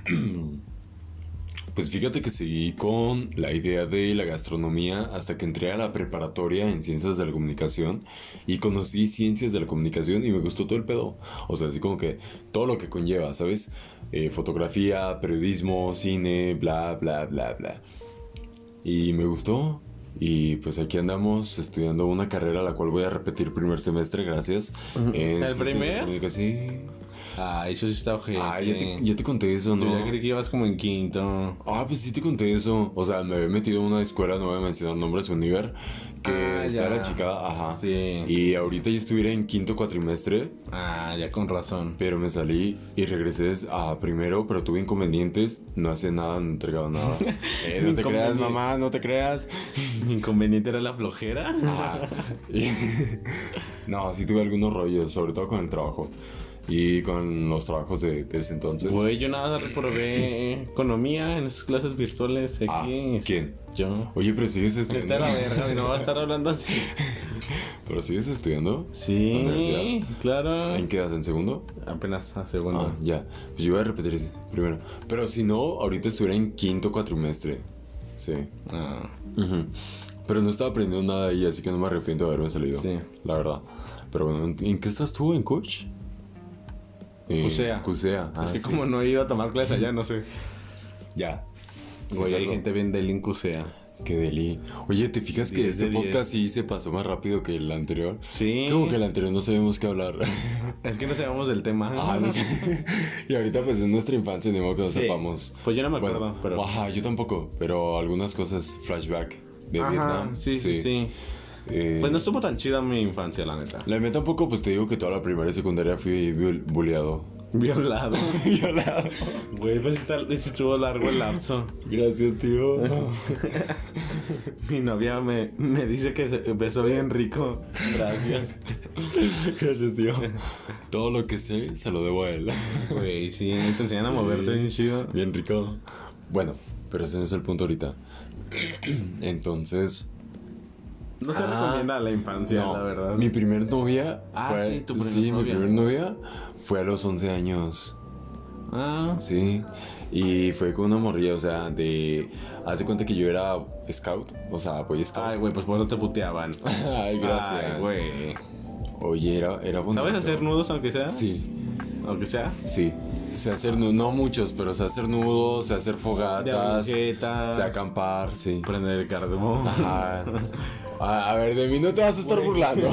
Speaker 1: Pues fíjate que seguí con la idea de la gastronomía hasta que entré a la preparatoria en ciencias de la comunicación y conocí ciencias de la comunicación y me gustó todo el pedo. O sea, así como que todo lo que conlleva, ¿sabes? Eh, fotografía, periodismo, cine, bla, bla, bla, bla. Y me gustó. Y pues aquí andamos estudiando una carrera la cual voy a repetir primer semestre, gracias. en ciencias de la
Speaker 2: primer?
Speaker 1: comunica- Sí.
Speaker 2: Ah, eso sí está ojete.
Speaker 1: Ah, ya te, ya te conté eso, ¿no?
Speaker 2: Yo ya creí que ibas como en quinto.
Speaker 1: Ah, pues sí te conté eso. O sea, me había metido en una escuela, no voy a mencionar nombres, Univer, que
Speaker 2: Ah,
Speaker 1: está
Speaker 2: ya.
Speaker 1: la chica, ajá.
Speaker 2: Sí.
Speaker 1: Ah, Y ahorita yo estuviera en quinto cuatrimestre,
Speaker 2: Ah, ya con razón. <laughs>
Speaker 1: pero me salí y regresé a primero, pero tuve inconvenientes, no hace nada, no entregaba
Speaker 2: <laughs>
Speaker 1: nada. Eh, no te creas,
Speaker 2: Inconveniente.
Speaker 1: mamá, no te creas.
Speaker 2: Mi inconveniente era la flojera.
Speaker 1: <laughs> Ah, y- no, sí tuve algunos rollos, sobre todo con el trabajo. y con los trabajos de, de ese entonces.
Speaker 2: Güey, yo nada más reprobé economía en esas clases virtuales aquí.
Speaker 1: Ah, ¿quién?
Speaker 2: Yo.
Speaker 1: Oye, pero sigues
Speaker 2: Vete a
Speaker 1: estudiando.
Speaker 2: la verga, no va a estar hablando así.
Speaker 1: <laughs> ¿Pero sigues estudiando? ¿La
Speaker 2: Sí,
Speaker 1: universidad?
Speaker 2: claro.
Speaker 1: ¿En qué edad? ¿En segundo?
Speaker 2: Apenas a
Speaker 1: Ah,
Speaker 2: segundo.
Speaker 1: ya. Pues yo iba a repetir ese primero. Pero si no, ahorita estuviera en quinto cuatrimestre. Sí.
Speaker 2: Ah.
Speaker 1: Ujú. Pero no estaba aprendiendo nada ahí, así que no me arrepiento de haberme salido.
Speaker 2: Sí.
Speaker 1: La verdad. Pero bueno, ¿en- ¿en qué estás tú? ¿En coach? Eh,
Speaker 2: Cusea.
Speaker 1: Cusea.
Speaker 2: es
Speaker 1: ah,
Speaker 2: que
Speaker 1: sí.
Speaker 2: como no he ido a tomar clases allá, no sé.
Speaker 1: Ya. Sí,
Speaker 2: Güey, hay
Speaker 1: salgo.
Speaker 2: gente bien del Incusea.
Speaker 1: Qué deli. Oye, ¿te fijas que
Speaker 2: Diez de
Speaker 1: este
Speaker 2: diez.
Speaker 1: podcast sí se pasó más rápido que el anterior?
Speaker 2: Sí.
Speaker 1: Como que el anterior no sabíamos qué
Speaker 2: <laughs>
Speaker 1: hablar.
Speaker 2: Es que no sabemos del tema.
Speaker 1: Ah, no
Speaker 2: <laughs>
Speaker 1: sé. <laughs> y ahorita pues es nuestra infancia, ni modo que no
Speaker 2: Sí.
Speaker 1: sepamos.
Speaker 2: Pues yo no me acuerdo,
Speaker 1: Bueno,
Speaker 2: pero.
Speaker 1: Ajá, yo tampoco, pero algunas cosas flashback de
Speaker 2: Ajá,
Speaker 1: Vietnam.
Speaker 2: Sí, sí, sí.
Speaker 1: Eh,
Speaker 2: Pues no estuvo tan chida mi infancia, la neta. <laughs>
Speaker 1: La mía tampoco, pues te digo que toda la primaria y secundaria fui viol- buleado. <laughs>
Speaker 2: Violado.
Speaker 1: Violado.
Speaker 2: Güey, pues sí tal- sí estuvo largo el lapso.
Speaker 1: Gracias,
Speaker 2: <laughs>
Speaker 1: tío.
Speaker 2: Mi novia me, me dice que se besó bien rico. Gracias.
Speaker 1: Gracias, tío. Todo lo que sé se lo debo a él. <laughs>
Speaker 2: Güey, sí, te enseñan a
Speaker 1: Sí.
Speaker 2: moverte bien chido.
Speaker 1: Bien rico. Bueno, pero ese no es el punto ahorita. <clears throat> Entonces,
Speaker 2: No se
Speaker 1: Ah,
Speaker 2: recomienda la infancia,
Speaker 1: no,
Speaker 2: la verdad.
Speaker 1: mi primer novia
Speaker 2: Ah,
Speaker 1: fue-
Speaker 2: sí, tu primer
Speaker 1: mi
Speaker 2: novia.
Speaker 1: primer novia fue a los 11 años.
Speaker 2: Ah,
Speaker 1: Sí, y fue con una morrilla, o sea, de. Haz de cuenta que yo era scout, o sea, Boy <laughs>
Speaker 2: ay,
Speaker 1: scout.
Speaker 2: güey, pues por eso te puteaban.
Speaker 1: Ay, gracias.
Speaker 2: Ay, güey.
Speaker 1: Oye, era, era bonito.
Speaker 2: ¿Sabes hacer nudos aunque sea?
Speaker 1: Sí,
Speaker 2: Aunque sea.
Speaker 1: sí. Sé hacer nudos, no muchos, pero sé hacer nudos, sé hacer
Speaker 2: De
Speaker 1: fogatas, sé
Speaker 2: agujetas.
Speaker 1: acampar, sí.
Speaker 2: Prender el carbón. <laughs>
Speaker 1: Ajá. A, a ver, de mí no te vas a estar
Speaker 2: Güey.
Speaker 1: burlando.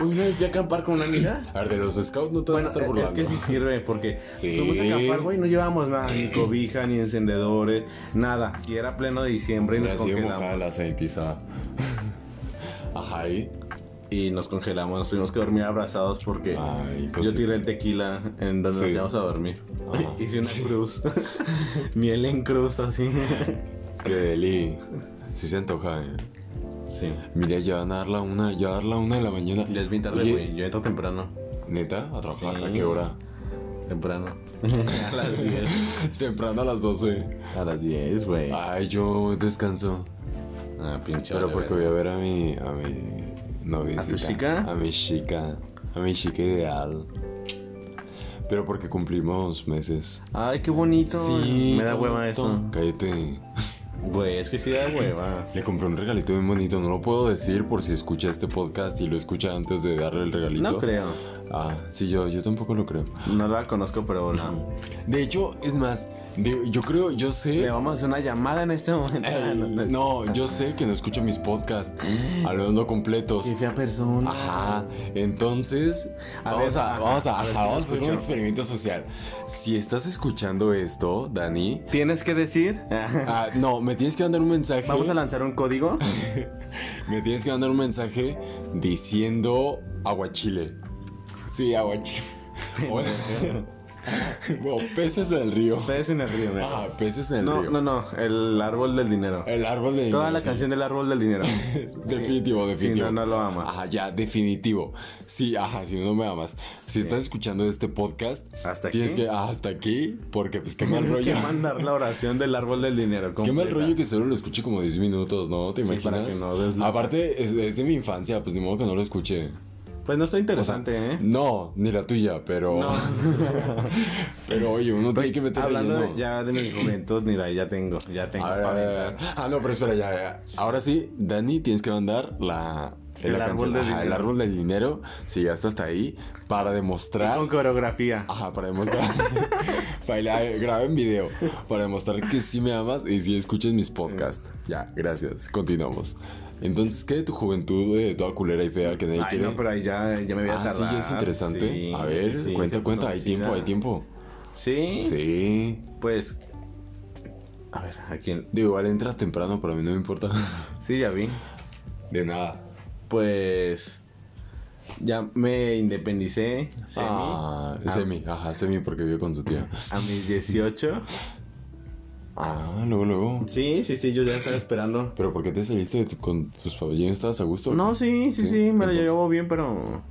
Speaker 2: Uy, una vez fui a acampar con una amiga.
Speaker 1: <laughs> A ver, de los scouts no te vas
Speaker 2: Bueno, eh,
Speaker 1: a estar
Speaker 2: es
Speaker 1: burlando.
Speaker 2: que sí sirve porque
Speaker 1: Sí.
Speaker 2: fuimos a acampar, güey, no llevábamos nada,
Speaker 1: <clears throat>
Speaker 2: ni cobija, ni encendedores, nada. Y era pleno de diciembre y nos
Speaker 1: Me ha sido mojada
Speaker 2: congelamos.
Speaker 1: la aceitiza. <laughs> Ajá, y.
Speaker 2: Y nos congelamos, nos tuvimos que dormir abrazados porque
Speaker 1: Ay,
Speaker 2: yo
Speaker 1: cosita.
Speaker 2: tiré el tequila en donde nos
Speaker 1: Sí.
Speaker 2: íbamos a dormir.
Speaker 1: Ajá.
Speaker 2: Hice una cruz, <laughs> miel en cruz así.
Speaker 1: Qué deli. Sí se antoja, eh.
Speaker 2: sí.
Speaker 1: Mira, ya van a dar la una, ya van a dar la una de la mañana.
Speaker 2: Ya es bien tarde,
Speaker 1: Oye,
Speaker 2: güey. Yo entro temprano.
Speaker 1: ¿Neta? ¿A trabajar?
Speaker 2: Sí.
Speaker 1: ¿A qué hora? <laughs>
Speaker 2: Temprano. a las 10.
Speaker 1: Temprano a las 12.
Speaker 2: A las 10, güey.
Speaker 1: Ay, yo descanso.
Speaker 2: Ah, pinche.
Speaker 1: Ah. Pero
Speaker 2: vale,
Speaker 1: porque
Speaker 2: verga.
Speaker 1: voy a ver a mi. a mi novia.
Speaker 2: ¿A tu chica?
Speaker 1: A mi chica. A mi chica ideal. Pero porque cumplimos meses.
Speaker 2: Ay, qué bonito.
Speaker 1: Sí,
Speaker 2: me da
Speaker 1: qué
Speaker 2: hueva
Speaker 1: bonito.
Speaker 2: eso.
Speaker 1: Cállate.
Speaker 2: Güey, es que sí da hueva.
Speaker 1: Le compré un regalito bien bonito. No lo puedo decir por si escucha este podcast y lo escucha antes de darle el regalito.
Speaker 2: No creo.
Speaker 1: Ah, sí, yo, yo tampoco lo creo.
Speaker 2: No la conozco, pero no.
Speaker 1: De hecho, es más, de- yo creo, yo
Speaker 2: Le
Speaker 1: sé.
Speaker 2: <laughs> vamos a hacer una llamada en este momento.
Speaker 1: Ay, Eh, no, yo sé que no escucha mis podcasts, al menos no completos.
Speaker 2: Qué fea persona.
Speaker 1: Ajá, entonces
Speaker 2: A
Speaker 1: vamos,
Speaker 2: ver,
Speaker 1: a,
Speaker 2: ajá,
Speaker 1: vamos a,
Speaker 2: a ver si
Speaker 1: ajá,
Speaker 2: lo
Speaker 1: vamos a hacer un
Speaker 2: escucho.
Speaker 1: experimento social. Si estás escuchando esto, Dani,
Speaker 2: ¿Tienes que decir?
Speaker 1: ah, no, me tienes que mandar un mensaje.
Speaker 2: Vamos a lanzar un código.
Speaker 1: Me tienes que mandar un mensaje diciendo aguachile. Sí, aguachile. <laughs> o peces del río.
Speaker 2: Ustedes en el río, mira.
Speaker 1: Ah, peces en el
Speaker 2: No,
Speaker 1: río.
Speaker 2: no, no. El árbol del dinero.
Speaker 1: El árbol de
Speaker 2: Toda la
Speaker 1: sí.
Speaker 2: canción del árbol
Speaker 1: <laughs>
Speaker 2: del dinero.
Speaker 1: Definitivo,
Speaker 2: Sí,
Speaker 1: definitivo.
Speaker 2: no, no lo ama.
Speaker 1: Ajá, ya, definitivo. Sí, ajá, si no, no me amas. Si estás escuchando este podcast,
Speaker 2: Hasta aquí.
Speaker 1: tienes que hasta aquí, porque pues
Speaker 2: <laughs>
Speaker 1: qué mal
Speaker 2: Tienes que
Speaker 1: rollo.
Speaker 2: mandar la oración del árbol del
Speaker 1: <laughs>
Speaker 2: dinero.
Speaker 1: Qué mal
Speaker 2: completa.
Speaker 1: rollo que solo lo escuche como 10 minutos, ¿no? ¿Te
Speaker 2: Sí,
Speaker 1: imaginas?
Speaker 2: para que no des la-
Speaker 1: Aparte, es, es de mi infancia, pues ni modo que no lo escuche.
Speaker 2: Pues no
Speaker 1: O
Speaker 2: está
Speaker 1: sea,
Speaker 2: interesante, ¿eh?
Speaker 1: No, ni la tuya, pero.
Speaker 2: No.
Speaker 1: <laughs> Pero oye, uno tiene que meter
Speaker 2: Hablando
Speaker 1: relleno.
Speaker 2: de- ya de mi juventud, mira, ya tengo, ya tengo.
Speaker 1: A ver, a
Speaker 2: para
Speaker 1: ver, a ver.
Speaker 2: aventar.
Speaker 1: Ah, no, pero espera, ya, ya. Ahora sí, Dani, tienes que mandar la.
Speaker 2: El
Speaker 1: la
Speaker 2: árbol
Speaker 1: canción.
Speaker 2: del
Speaker 1: Ajá, el
Speaker 2: dinero.
Speaker 1: árbol del dinero. Si llegaste hasta ahí, para demostrar.
Speaker 2: Con coreografía.
Speaker 1: Ajá, para demostrar. <laughs> Baila, eh, graba en video. Para demostrar que sí me amas y sí escuchas mis podcasts. Ya, gracias. Continuamos. Entonces, ¿qué de tu juventud de toda culera y fea que nadie
Speaker 2: Ay,
Speaker 1: quiere?
Speaker 2: no, pero ahí ya, ya me voy a
Speaker 1: Ah, sí,
Speaker 2: tardar.
Speaker 1: ya es interesante.
Speaker 2: Sí,
Speaker 1: a ver,
Speaker 2: sí,
Speaker 1: cuenta,
Speaker 2: se puso
Speaker 1: cuenta. Hay
Speaker 2: chida.
Speaker 1: tiempo, hay tiempo.
Speaker 2: ¿Sí?
Speaker 1: Sí.
Speaker 2: Pues. A ver, ¿a quién?
Speaker 1: Digo, igual entras temprano, pero a mí no me importa. <laughs>
Speaker 2: Sí, ya vi.
Speaker 1: De nada.
Speaker 2: Pues. Ya me independicé. Semi.
Speaker 1: Ah,
Speaker 2: Ah.
Speaker 1: semi, ajá, semi porque vive con su tía.
Speaker 2: A mis 18.
Speaker 1: Ah, luego, luego.
Speaker 2: Sí, sí, sí, yo ya estaba esperando.
Speaker 1: Pero ¿por qué te saliste de tu- con tus pabellones? ¿Estabas a gusto?
Speaker 2: No, sí, sí, sí,
Speaker 1: Sí,
Speaker 2: me la
Speaker 1: entonces.
Speaker 2: llevo bien, pero.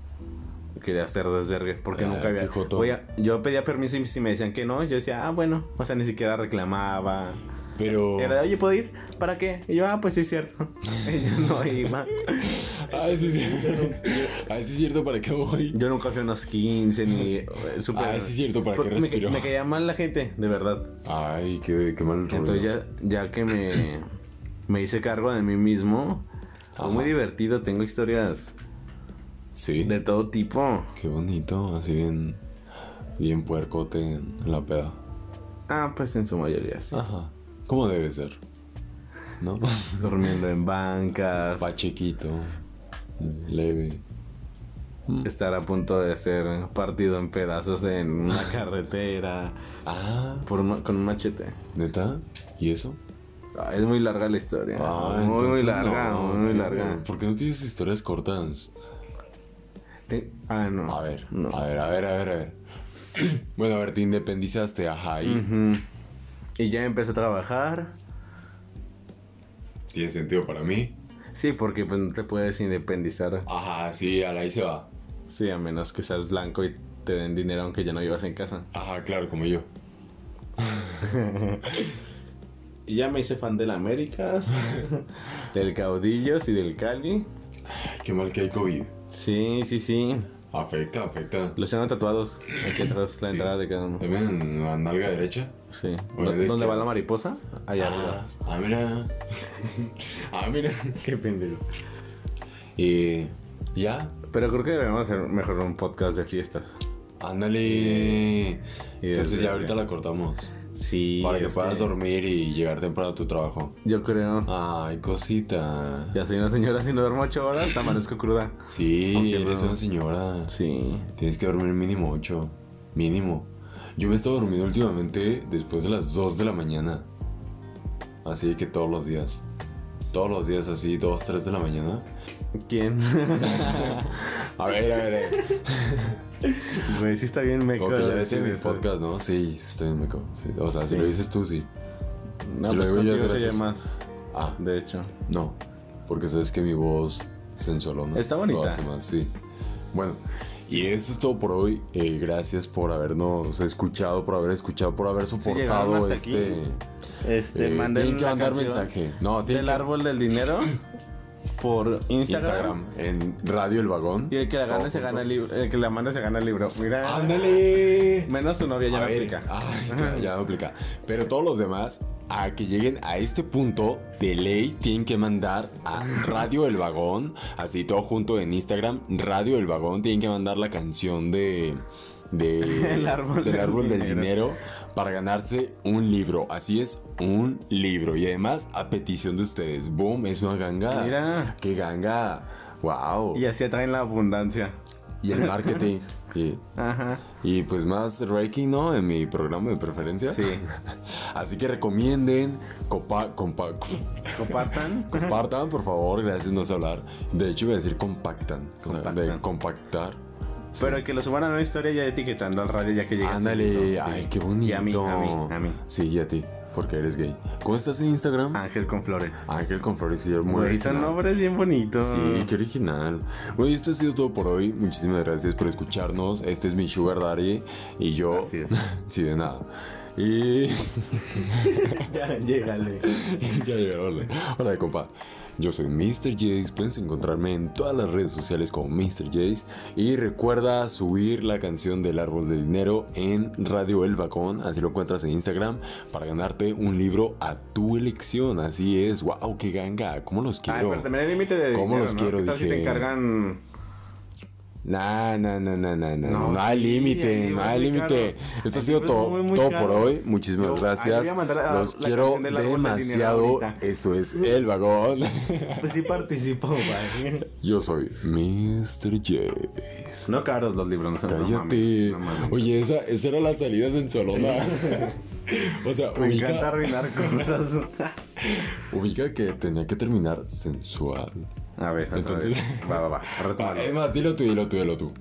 Speaker 2: quería hacer desvergue porque
Speaker 1: Ah,
Speaker 2: nunca
Speaker 1: qué
Speaker 2: había.
Speaker 1: joto.
Speaker 2: Oye, yo pedía permiso y si me decían que no, yo decía, ah, bueno, o sea, ni siquiera reclamaba.
Speaker 1: Pero.
Speaker 2: Era de, oye, ¿puedo ir? ¿Para qué? Y yo, ah, pues sí, es cierto. <laughs> Y yo no iba.
Speaker 1: Ay,
Speaker 2: <laughs>
Speaker 1: sí, sí. <laughs> Ay, sí, es cierto, ¿para qué voy?
Speaker 2: Yo nunca fui a unos 15 ni. eh, Super,
Speaker 1: Ah, sí es cierto, ¿para qué
Speaker 2: Porque me,
Speaker 1: respiro?
Speaker 2: me caía mal la gente, de verdad.
Speaker 1: Ay, qué, qué mal rollo.
Speaker 2: Entonces, ya, ya que me, me hice cargo de mí mismo, fue muy
Speaker 1: Ajá.
Speaker 2: divertido. Tengo historias
Speaker 1: Sí.
Speaker 2: de todo tipo.
Speaker 1: Qué bonito, así bien. Bien puercote en la peda.
Speaker 2: Ah, pues en su mayoría sí.
Speaker 1: Ajá. ¿Cómo debe ser?
Speaker 2: <laughs>
Speaker 1: ¿No?
Speaker 2: Durmiendo en bancas,
Speaker 1: Va chiquito. Leve.
Speaker 2: estar a punto de ser partido en pedazos en una carretera
Speaker 1: Ah,
Speaker 2: por un ma- con un machete.
Speaker 1: neta. ¿Y eso?
Speaker 2: Ah, Es muy larga la historia.
Speaker 1: Ah,
Speaker 2: muy, muy
Speaker 1: entonces
Speaker 2: larga,
Speaker 1: no,
Speaker 2: muy, muy
Speaker 1: ¿qué?
Speaker 2: larga.
Speaker 1: ¿Por qué no tienes historias cortas?
Speaker 2: Te- Ah, no.
Speaker 1: A ver,
Speaker 2: No.
Speaker 1: a ver, a ver, a ver, a ver. <clears throat> Bueno, a ver, te independizaste, ajá, y
Speaker 2: Ujú. Y ya empecé a trabajar.
Speaker 1: tiene sentido para mí.
Speaker 2: Sí, porque pues no te puedes independizar.
Speaker 1: Ajá, sí, a la ahí se va.
Speaker 2: Sí, a menos que seas blanco y te den dinero aunque ya no vivas en casa.
Speaker 1: Ajá, claro, como yo.
Speaker 2: Y ya me hice fan
Speaker 1: <laughs>
Speaker 2: del Américas, del Caudillos y del Cali.
Speaker 1: Ay, qué mal que hay COVID.
Speaker 2: Sí, sí, sí.
Speaker 1: Afecta, afecta.
Speaker 2: Los tengo tatuados aquí atrás, la
Speaker 1: Sí.
Speaker 2: entrada de cada uno.
Speaker 1: También en la nalga derecha.
Speaker 2: Sí.
Speaker 1: Bueno,
Speaker 2: ¿Dó-
Speaker 1: es
Speaker 2: ¿Dónde
Speaker 1: que-
Speaker 2: va la mariposa?
Speaker 1: Ah,
Speaker 2: Allá arriba.
Speaker 1: ah, mira. <laughs> ah, mira.
Speaker 2: Qué pendejo.
Speaker 1: Y ya,
Speaker 2: Pero creo que deberíamos hacer mejor un podcast de fiestas.
Speaker 1: ándale.
Speaker 2: Y
Speaker 1: Entonces
Speaker 2: desde-
Speaker 1: ya ahorita la cortamos.
Speaker 2: Sí.
Speaker 1: Para que
Speaker 2: este,
Speaker 1: puedas dormir Ah. y llegar temprano a tu trabajo.
Speaker 2: Yo creo.
Speaker 1: Ay, cosita.
Speaker 2: Ya soy una señora, si no duermo ocho horas, amanezco cruda.
Speaker 1: Sí,
Speaker 2: Aunque
Speaker 1: eres
Speaker 2: no.
Speaker 1: una señora.
Speaker 2: Sí.
Speaker 1: Tienes que dormir mínimo 8. Mínimo. Yo me he estado durmiendo últimamente después de las 2 de la mañana. Así que todos los días. Todos los días así, 2, 3 de la mañana. <laughs>
Speaker 2: ¿Quién? <laughs>
Speaker 1: A ver, a ver. eh.
Speaker 2: Güey, sí está bien meco.
Speaker 1: Como que ya
Speaker 2: decir
Speaker 1: vete mi
Speaker 2: eso.
Speaker 1: podcast, ¿no? Sí, estoy en Meco. Sí, O sea, si
Speaker 2: Sí.
Speaker 1: lo dices tú, sí.
Speaker 2: No,
Speaker 1: Si lo
Speaker 2: pues
Speaker 1: digo yo,
Speaker 2: contigo
Speaker 1: será
Speaker 2: sería
Speaker 1: eso.
Speaker 2: más,
Speaker 1: Ah,
Speaker 2: de hecho.
Speaker 1: no. Porque sabes que mi voz sensualona.
Speaker 2: Está bonita.
Speaker 1: lo hace más, sí. Bueno, y esto es todo por hoy. Eh, gracias por habernos escuchado, por haber escuchado, por haber
Speaker 2: llegaron
Speaker 1: soportado
Speaker 2: hasta aquí.
Speaker 1: este.
Speaker 2: Este,
Speaker 1: Eh,
Speaker 2: manden
Speaker 1: tienen que
Speaker 2: la
Speaker 1: mandar
Speaker 2: canción
Speaker 1: mensaje. No, tienen
Speaker 2: Del
Speaker 1: que-
Speaker 2: árbol del dinero por Instagram.
Speaker 1: Instagram. en Radio El Vagón.
Speaker 2: Y el que la gane
Speaker 1: Todo
Speaker 2: se
Speaker 1: junto.
Speaker 2: gana el libro. El que la mande se gana el libro. Mira.
Speaker 1: ¡Ándale!
Speaker 2: Menos tu novia ya
Speaker 1: A
Speaker 2: no
Speaker 1: ver, ah.
Speaker 2: aplica.
Speaker 1: ay, claro, ya no aplica. Pero todos los demás, a que lleguen a este punto de ley, tienen que mandar a Radio El Vagón, así todo junto en Instagram, Radio El Vagón, tienen que mandar la canción de... de-
Speaker 2: <laughs> El árbol
Speaker 1: del
Speaker 2: del
Speaker 1: árbol del
Speaker 2: dinero.
Speaker 1: dinero para ganarse un libro. Así es, un libro. Y además, a petición de ustedes. Boom, es una ganga.
Speaker 2: Mira.
Speaker 1: ¡Qué ganga! ¡Wow!
Speaker 2: Y así atraen la abundancia.
Speaker 1: Y el
Speaker 2: <laughs>
Speaker 1: marketing. y,
Speaker 2: Ajá.
Speaker 1: y pues más Reiki, ¿no? En mi programa de preferencia.
Speaker 2: Sí.
Speaker 1: Así que recomienden, copa, compa-
Speaker 2: Compartan.
Speaker 1: compartan, por favor, gracias no sé hablar. De hecho, iba a decir compactan, o sea,
Speaker 2: Compactan.
Speaker 1: de compactar.
Speaker 2: Pero que lo suban a una historia ya etiquetando al radio ya que llegue. a su
Speaker 1: Ándale,
Speaker 2: libro, sí.
Speaker 1: ay, qué bonito.
Speaker 2: Y a mí, a mí, a mí.
Speaker 1: Sí, y a ti, porque eres gay. ¿Cómo estás en Instagram?
Speaker 2: Ángel con flores.
Speaker 1: Ángel con flores y muy
Speaker 2: Güey, son
Speaker 1: original.
Speaker 2: nombres bien bonitos.
Speaker 1: Ah, Sí, qué original. Bueno, y esto ha sido todo por hoy. Muchísimas gracias por escucharnos. Este es mi Sugar Daddy y yo.
Speaker 2: Así es.
Speaker 1: Sí, de nada. Y.
Speaker 2: <laughs> ya, llégale.
Speaker 1: ya llegó, hola. Hola, compa. Yo soy Mr. Jace. Puedes encontrarme en todas las redes sociales como Mr. Jace. Y recuerda subir la canción del árbol del dinero en Radio El Bacón. Así lo encuentras en Instagram para ganarte un libro a tu elección. Así es. ¡Wow! ¡Qué ganga! ¿Cómo los
Speaker 2: Ay,
Speaker 1: quiero?
Speaker 2: pero también hay límite de
Speaker 1: ¿Cómo
Speaker 2: dinero,
Speaker 1: los
Speaker 2: ¿no?
Speaker 1: quiero?
Speaker 2: ¿Qué tal si
Speaker 1: Dije-
Speaker 2: te encargan
Speaker 1: Nah, nah, nah, nah, nah, nah,
Speaker 2: No,
Speaker 1: No, hay
Speaker 2: sí, hay
Speaker 1: límite, no hay
Speaker 2: libros muy
Speaker 1: límite.
Speaker 2: caros.
Speaker 1: Esto ha
Speaker 2: Hay
Speaker 1: sido
Speaker 2: libros
Speaker 1: todo,
Speaker 2: muy, muy
Speaker 1: todo por
Speaker 2: caros.
Speaker 1: hoy. Muchísimas
Speaker 2: Yo- ay,
Speaker 1: gracias.
Speaker 2: voy a mandar la-
Speaker 1: Los
Speaker 2: la
Speaker 1: quiero
Speaker 2: canción del árbol del dinero
Speaker 1: demasiado.
Speaker 2: ahorita.
Speaker 1: Esto es El Vagón.
Speaker 2: <laughs> Pues sí participo, güey.
Speaker 1: Yo soy Mr. J.
Speaker 2: No caros los libros, no son- no
Speaker 1: Cállate.
Speaker 2: mames, no mames.
Speaker 1: Oye, esa, esa era la salida
Speaker 2: <laughs>
Speaker 1: sensualona. o sea,
Speaker 2: me
Speaker 1: ubica-
Speaker 2: encanta arruinar cosas. <laughs>
Speaker 1: ubica que tenía que terminar sensual.
Speaker 2: A ver, otra
Speaker 1: Entonces-
Speaker 2: vez. Va, va,
Speaker 1: <laughs>
Speaker 2: va. retómalo.
Speaker 1: Es más, dilo tú, dilo tú, dilo tú.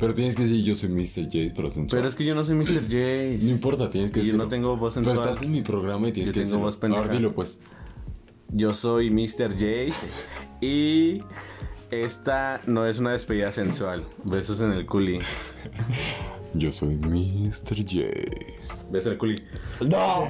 Speaker 1: Pero tienes que decir yo soy Mr. J, pero sensual.
Speaker 2: Pero es que yo no soy Mr.
Speaker 1: No
Speaker 2: Jace.
Speaker 1: importa, tienes que
Speaker 2: Y yo
Speaker 1: decirlo.
Speaker 2: no tengo voz
Speaker 1: Pero
Speaker 2: sensual.
Speaker 1: estás en mi programa y tienes
Speaker 2: Yo
Speaker 1: que
Speaker 2: tengo
Speaker 1: decirlo.
Speaker 2: voz pendeja.
Speaker 1: Ahora dilo pues.
Speaker 2: Yo soy Mr. Jace. Y Esta no es una despedida sensual. Besos en el culi.
Speaker 1: Yo soy Mr. J.
Speaker 2: Besos en el culi.
Speaker 1: ¡No!